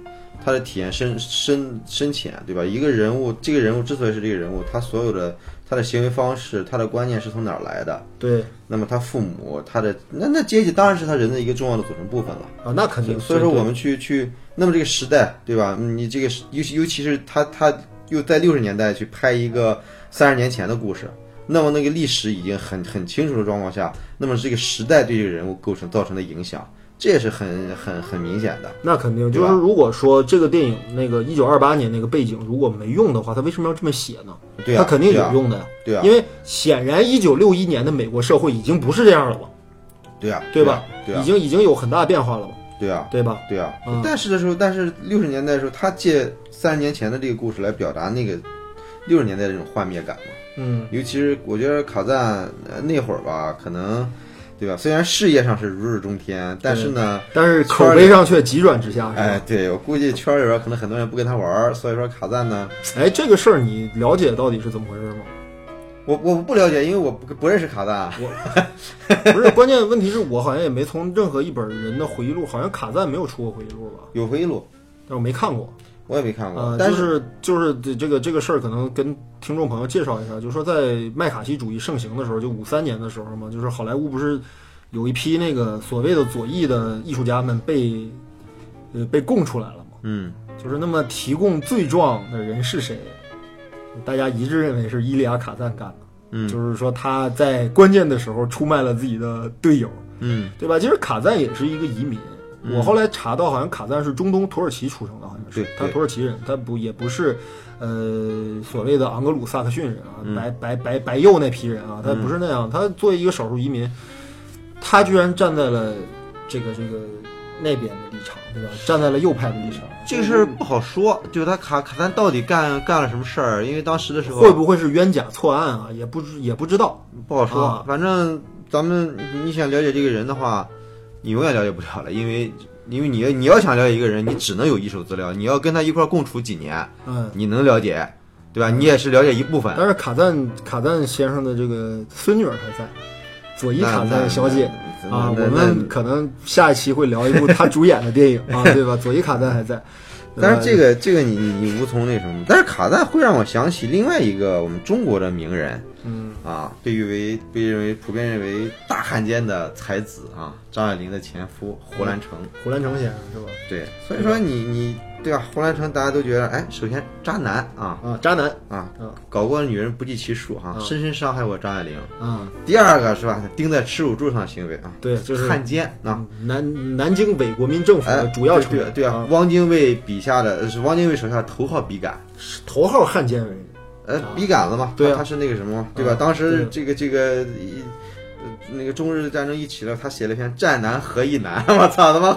[SPEAKER 2] 他的体验深深深浅，对吧？一个人物，这个人物之所以是这个人物，他所有的他的行为方式，他的观念是从哪儿来的？
[SPEAKER 1] 对
[SPEAKER 2] 那么他父母，他的那那阶级当然是他人的一个重要的组成部分了。
[SPEAKER 1] 啊，那肯定。
[SPEAKER 2] 所以说
[SPEAKER 1] 对
[SPEAKER 2] 我们去去，那么这个时代，对吧？嗯你这个是尤其尤其是他他又在六十年代去拍一个三十年前的故事，那么那个历史已经很很清楚的状况下，那么这个时代对这个人物构成造成的影响，这也是很很很明显的。
[SPEAKER 1] 那肯定就
[SPEAKER 2] 对吧
[SPEAKER 1] 是，如果说这个电影那个一九二八年那个背景如果没用的话，他为什么要这么写呢？
[SPEAKER 2] 对啊，
[SPEAKER 1] 他肯定
[SPEAKER 2] 对
[SPEAKER 1] 有
[SPEAKER 2] 啊，
[SPEAKER 1] 用的呀、
[SPEAKER 2] 对啊，
[SPEAKER 1] 因为显然一九六一年的美国社会已经不是这样了嘛，
[SPEAKER 2] 对啊，
[SPEAKER 1] 对吧？
[SPEAKER 2] 对
[SPEAKER 1] 已
[SPEAKER 2] 啊，
[SPEAKER 1] 经已经有很大变化了嘛，
[SPEAKER 2] 对啊，
[SPEAKER 1] 对吧？
[SPEAKER 2] 对啊
[SPEAKER 1] 嗯。
[SPEAKER 2] 但是的时候，但是六十年代的时候，他借三十年前的这个故事来表达那个六十年代这种幻灭感嘛。
[SPEAKER 1] 嗯，
[SPEAKER 2] 尤其是我觉得卡赞呃那会儿吧，可能对吧？虽然事业上是如日中天，但是呢，
[SPEAKER 1] 但是口碑上却急转直下，是吧？
[SPEAKER 2] 哎，对我估计圈里边可能很多人不跟他玩儿，所以说卡赞呢，
[SPEAKER 1] 哎，这个事儿你了解到底是怎么回事吗？
[SPEAKER 2] 我我不了解，因为我不不认识卡赞。
[SPEAKER 1] 不是，关键问题是我好像也没从任何一本人的回忆录，好像卡赞没有出过回忆录吧？
[SPEAKER 2] 有回忆录，
[SPEAKER 1] 但是我没看过。
[SPEAKER 2] 我也没看过，
[SPEAKER 1] 呃，
[SPEAKER 2] 嗯但
[SPEAKER 1] 就是是就是这这个这个事儿，可能跟听众朋友介绍一下，就是说在麦卡锡主义盛行的时候，就五三年的时候嘛，就是好莱坞不是有一批那个所谓的左翼的艺术家们被呃被供出来了嘛？
[SPEAKER 2] 嗯
[SPEAKER 1] 就是那么提供罪状的人是谁？大家一致认为是伊利亚卡赞干的。
[SPEAKER 2] 嗯
[SPEAKER 1] 就是说他在关键的时候出卖了自己的队友，
[SPEAKER 2] 嗯
[SPEAKER 1] 对吧？其实卡赞也是一个移民，
[SPEAKER 2] 嗯
[SPEAKER 1] 我后来查到，好像卡赞是中东土耳其出生的，好像是
[SPEAKER 2] 对
[SPEAKER 1] 他
[SPEAKER 2] 对
[SPEAKER 1] 土耳其人，他不也不是，呃，所谓的盎格鲁撒克逊人啊，
[SPEAKER 2] 嗯
[SPEAKER 1] 白白白白右那批人啊，他不是那样，他作为一个少数移民，他居然站在了这个这个那边的立场，对吧？站在了右派的立场，
[SPEAKER 2] 这个事儿不好说，就是他卡卡赞到底干干了什么事儿，因为当时的时候
[SPEAKER 1] 会不会是冤假错案啊？也不知也不知道。
[SPEAKER 2] 不好说。
[SPEAKER 1] 啊
[SPEAKER 2] 反正咱们你想了解这个人的话，你永远了解不了了，因为因为你你要想了解一个人，你只能有一手资料，你要跟他一块儿共处几年，
[SPEAKER 1] 嗯，
[SPEAKER 2] 你能了解，对吧？你也是了解一部分。
[SPEAKER 1] 但是卡赞卡赞先生的这个孙女儿还在，佐伊卡赞小姐
[SPEAKER 2] 那
[SPEAKER 1] 啊，
[SPEAKER 2] 那
[SPEAKER 1] 我
[SPEAKER 2] 那
[SPEAKER 1] 们可能下一期会聊一部她主演的电影 啊，对吧？佐伊卡赞还在，对吧
[SPEAKER 2] 但是这个这个你你你无从那什么，但是卡赞会让我想起另外一个我们中国的名人
[SPEAKER 1] 嗯，
[SPEAKER 2] 啊，被誉为被认为普遍认为大汉奸的才子啊，张爱玲的前夫胡兰成。
[SPEAKER 1] 胡兰成先生是吧？
[SPEAKER 2] 对，所以说你你对吧？胡兰成大家都觉得，哎，首先渣男啊
[SPEAKER 1] 啊，渣男
[SPEAKER 2] 啊
[SPEAKER 1] 嗯，
[SPEAKER 2] 搞过的女人不计其数哈、
[SPEAKER 1] 嗯
[SPEAKER 2] 深深伤害过张爱玲。
[SPEAKER 1] 啊，
[SPEAKER 2] 第二个是吧，钉在耻辱柱上行为啊，
[SPEAKER 1] 对，就是
[SPEAKER 2] 汉奸啊。
[SPEAKER 1] 南南京伪国民政府
[SPEAKER 2] 哎
[SPEAKER 1] 的，主要
[SPEAKER 2] 对
[SPEAKER 1] 成
[SPEAKER 2] 对
[SPEAKER 1] 员，
[SPEAKER 2] 对啊，汪精卫笔下的呃是汪精卫手下头号笔杆，
[SPEAKER 1] 头号汉奸为
[SPEAKER 2] 呃
[SPEAKER 1] 啊，
[SPEAKER 2] 笔杆子嘛，
[SPEAKER 1] 对啊
[SPEAKER 2] 他他是那个什么嘛，对
[SPEAKER 1] 啊
[SPEAKER 2] 吧？当
[SPEAKER 1] 对
[SPEAKER 2] 时
[SPEAKER 1] 啊
[SPEAKER 2] 这个这个一。呃那个中日战争一起了，他写了一篇《战南 和议难》，我操他妈，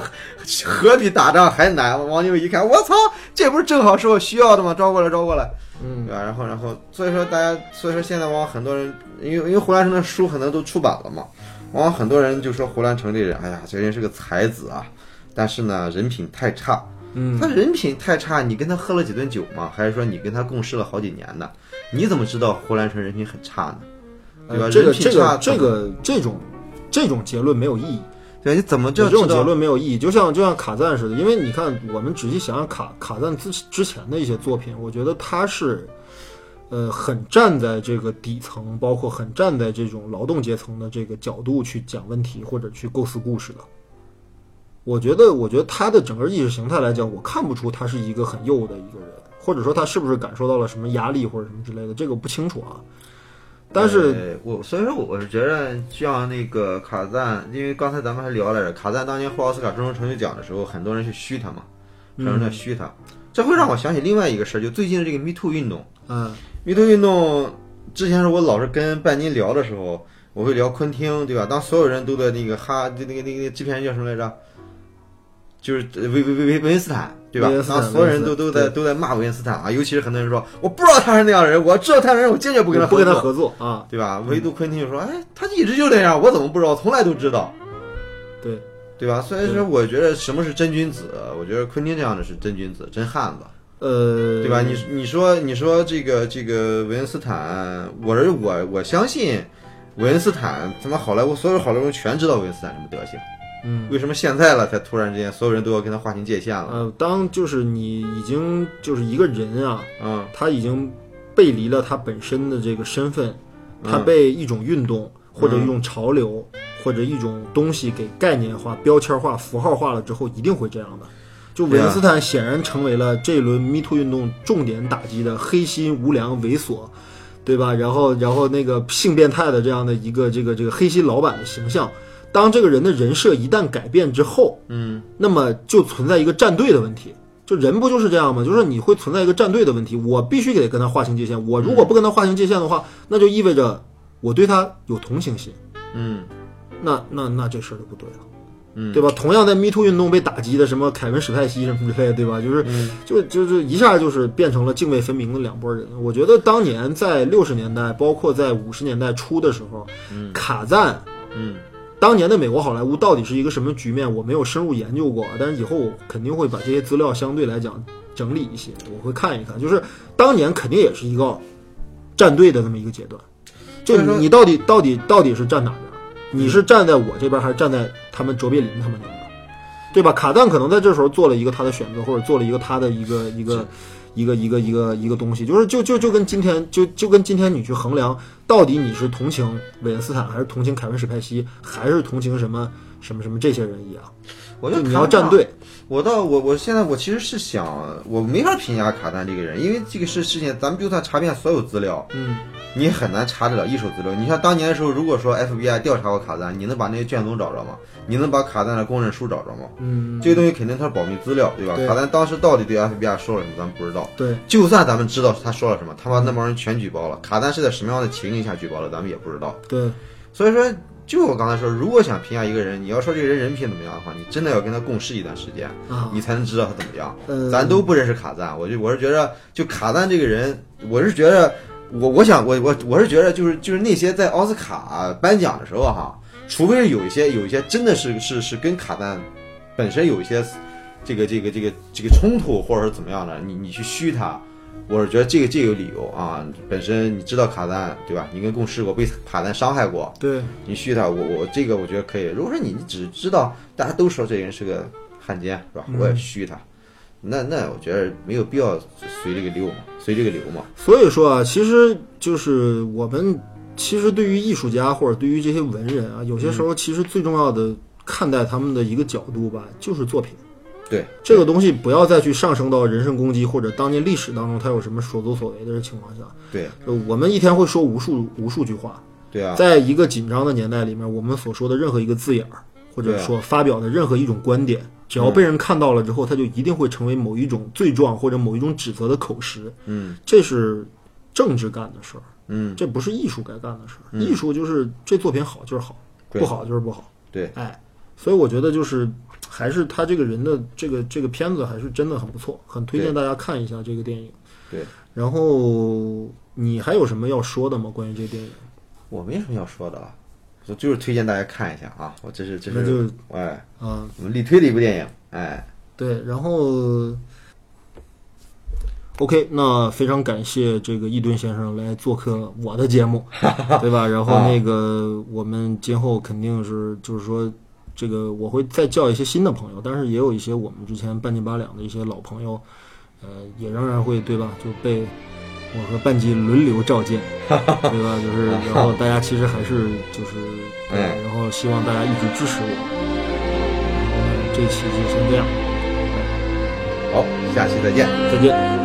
[SPEAKER 2] 和比打仗还难！汪精卫一看，我操，这不是正好是我需要的吗？招过来，招过来，对
[SPEAKER 1] 嗯，
[SPEAKER 2] 吧？然后，然后，所以说大家，所以说现在往往很多人，因为因为胡兰成的书很多都出版了嘛，往往很多人就说胡兰成这人，哎呀，这人是个才子啊，但是呢，人品太差，
[SPEAKER 1] 嗯
[SPEAKER 2] 他人品太差，你跟他喝了几顿酒吗？还是说你跟他共事了好几年呢？你怎么知道胡兰成人品很差呢？对吧？
[SPEAKER 1] 呃这个
[SPEAKER 2] 人品
[SPEAKER 1] 这
[SPEAKER 2] 差
[SPEAKER 1] 个这个这种这种结论没有意义，
[SPEAKER 2] 对，你怎么
[SPEAKER 1] 就
[SPEAKER 2] 就
[SPEAKER 1] 这种
[SPEAKER 2] 知道
[SPEAKER 1] 结？论没有意义。就像就像卡赞似的，因为你看，我们仔细想想卡卡赞之之前的一些作品，我觉得他是。呃，很站在这个底层，包括很站在这种劳动阶层的这个角度去讲问题或者去构思故事的。我觉得，我觉得他的整个意识形态来讲，我看不出他是一个很右的一个人，或者说他是不是感受到了什么压力或者什么之类的，这个我不清楚啊。但是
[SPEAKER 2] 呃我所以说我是觉得像那个卡赞，因为刚才咱们还聊来着，卡赞当年获奥斯卡终身成就奖的时候，很多人去虚他嘛，很多人在虚他，这会让我想起另外一个事儿，就最近的这个 Me Too 运动。
[SPEAKER 1] 嗯
[SPEAKER 2] 迷途运动之前是我老是跟半斤聊的时候，我会聊昆汀，对吧？当所有人都在那个哈，那那个那个制片人叫什么来着？就是呃维维维维维恩斯坦，对吧
[SPEAKER 1] 维恩？斯坦
[SPEAKER 2] 当所有人都
[SPEAKER 1] 维
[SPEAKER 2] 都
[SPEAKER 1] 恩斯坦
[SPEAKER 2] 在都在骂维恩斯坦啊，尤其是很多人说我不知道他是那样的人，我知道他是那样的人，我坚决不跟他
[SPEAKER 1] 不跟他
[SPEAKER 2] 合作，
[SPEAKER 1] 合作啊，
[SPEAKER 2] 对吧？唯独昆汀就说，哎，他一直就那样，我怎么不知道？我从来都知道。
[SPEAKER 1] 对，
[SPEAKER 2] 对吧？所以
[SPEAKER 1] 对
[SPEAKER 2] 说，我觉得什么是真君子？我觉得昆汀这样的是真君子，真汉子。
[SPEAKER 1] 呃，
[SPEAKER 2] 对吧？你你说你说这个这个维恩斯坦，我是我我相信维恩斯坦他妈好莱坞所有好莱坞人全知道维恩斯坦什么德行，
[SPEAKER 1] 嗯
[SPEAKER 2] 为什么现在了才突然之间所有人都要跟他划清界限了？
[SPEAKER 1] 呃，当就是你已经就是一个人啊，
[SPEAKER 2] 嗯，
[SPEAKER 1] 他已经背离了他本身的这个身份，他
[SPEAKER 2] 嗯
[SPEAKER 1] 被一种运动或者
[SPEAKER 2] 嗯
[SPEAKER 1] 一种潮流。或者一种东西给概念化、标签化、符号化了之后，一定会这样的。就维
[SPEAKER 2] 对啊
[SPEAKER 1] 恩斯坦显然成为了这一轮 Me Too 运动重点打击的黑心、无良、猥琐，对吧？然后，然后那个性变态的这样的一个这个这个黑心老板的形象，当这个人的人设一旦改变之后，
[SPEAKER 2] 嗯，
[SPEAKER 1] 那么就存在一个站队的问题。就人不就是这样吗？就是你会存在一个站队的问题，我必须得跟他划清界限。我如果不跟他划清界限的话，那就意味着我对他有同情心，
[SPEAKER 2] 嗯
[SPEAKER 1] 那那那这事儿就不对了。
[SPEAKER 2] 嗯
[SPEAKER 1] 对吧？同样在 Me Too 运动被打击的什么凯文史派西什么之类的，对吧？就是
[SPEAKER 2] 嗯
[SPEAKER 1] 就就是一下就是变成了泾渭分明的两拨人。我觉得当年在六十年代，包括在五十年代初的时候，
[SPEAKER 2] 嗯
[SPEAKER 1] 卡赞
[SPEAKER 2] 嗯，
[SPEAKER 1] 当年的美国好莱坞到底是一个什么局面，我没有深入研究过，但是以后我肯定会把这些资料相对来讲整理一些，我会看一看。就是当年肯定也是一个站队的这么一个阶段，就
[SPEAKER 2] 就是说
[SPEAKER 1] 你你到底到底到底是站哪边儿？你是站在我这边，还是站在他们卓别林他们那边？对吧？卡赞可能在这时候做了一个他的选择，或者做了一个他的一个一个一个一个一个一个东西，就是就就就跟今天就就跟今天你去衡量，到底你是同情韦恩斯坦，还是同情凯文史派西，还是同情什么什么什么这些人一样，
[SPEAKER 2] 我觉
[SPEAKER 1] 就
[SPEAKER 2] 得
[SPEAKER 1] 你
[SPEAKER 2] 卡
[SPEAKER 1] 要站
[SPEAKER 2] 赞，
[SPEAKER 1] 队。
[SPEAKER 2] 我倒我我现在我其实是想，我没法评价卡赞这个人，因为这个事事情，咱们就算查遍所有资料，
[SPEAKER 1] 嗯
[SPEAKER 2] 你也很难查得了一手资料。你像当年的时候，如果说 FBI 调查过卡赞，你能把那些卷宗找着吗？你能把卡赞的公认书找着吗？
[SPEAKER 1] 嗯，
[SPEAKER 2] 这些东西肯定它是保密资料，对吧？
[SPEAKER 1] 对
[SPEAKER 2] 卡丹当时到底对 FBI 说了什么，咱们不知道。
[SPEAKER 1] 对
[SPEAKER 2] 就算咱们知道他说了什么，他把那帮人全举报了。卡丹是在什么样的情境下举报了，咱们也不知道。
[SPEAKER 1] 对，
[SPEAKER 2] 所以说，就我刚才说，如果想评价一个人，你要说这个人人品怎么样的话，你真的要跟他共事一段时间，
[SPEAKER 3] 啊，
[SPEAKER 2] 你才能知道他怎么样。
[SPEAKER 3] 呃，
[SPEAKER 2] 咱都不认识卡赞，我就我是觉得，就卡赞这个人，我是觉得，我我想我我我是觉得，就是就是那些在奥斯卡颁奖的时候哈，除非是有一些有一些真的是是是跟卡赞本身有一些这个这个这个这个冲突，或者是怎么样的，你你去虚他。我是觉得这个这个有理由啊，本身你知道卡赞对吧？你跟共事过，被卡赞伤害过，
[SPEAKER 1] 对，
[SPEAKER 2] 你虚他，我我这个我觉得可以。如果说你只知道大家都说这人是个汉奸，是吧？
[SPEAKER 1] 嗯
[SPEAKER 2] 我也虚他，那那我觉得没有必要随这个流嘛，随这个流嘛。
[SPEAKER 1] 所以说啊，其实就是我们其实对于艺术家或者对于这些文人啊，有些时候其实最重要的看待他们的一个角度吧，就是作品。
[SPEAKER 2] 对，
[SPEAKER 1] 这个东西不要再去上升到人身攻击或者当年历史当中他有什么所作所为的情况下，
[SPEAKER 2] 对
[SPEAKER 1] 呃我们一天会说无数无数句话，
[SPEAKER 2] 对啊，
[SPEAKER 1] 在一个紧张的年代里面，我们所说的任何一个字眼儿，或者
[SPEAKER 2] 对啊嗯
[SPEAKER 1] 说发表的任何一种观点，只要被人看到了之后，它就一定会成为某一种罪状或者某一种指责的口实。
[SPEAKER 2] 嗯
[SPEAKER 1] 这是政治干的事儿，
[SPEAKER 2] 嗯，
[SPEAKER 1] 这不是艺术该干的事儿。艺术就是这作品好就是好，
[SPEAKER 2] 对
[SPEAKER 1] 不好就是不好。
[SPEAKER 2] 对，
[SPEAKER 1] 哎，所以我觉得就是还是他这个人的这个这个片子还是真的很不错，很推荐大家看一下这个电影。
[SPEAKER 2] 对，
[SPEAKER 1] 然后你还有什么要说的吗？关于这个电影，
[SPEAKER 2] 我没什么要说的了，我就是推荐大家看一下啊，我这是这
[SPEAKER 1] 那
[SPEAKER 2] 是
[SPEAKER 1] 就
[SPEAKER 2] 哎，
[SPEAKER 1] 啊、
[SPEAKER 2] 我们力推的一部电影，哎，
[SPEAKER 1] 对，然后。OK，那非常感谢这个易顿先生来做客我的节目，对吧？然后那个我们今后肯定是就是说，这个我会再叫一些新的朋友，但是也有一些我们之前半斤八两的一些老朋友，呃，也仍然会对吧？就被我和半斤轮流召见，对吧？就是然后大家其实还是就是对，
[SPEAKER 2] 嗯
[SPEAKER 1] 然后希望大家一直支持我。然后这期就先这样，
[SPEAKER 2] 好，下期再见。
[SPEAKER 1] 再见。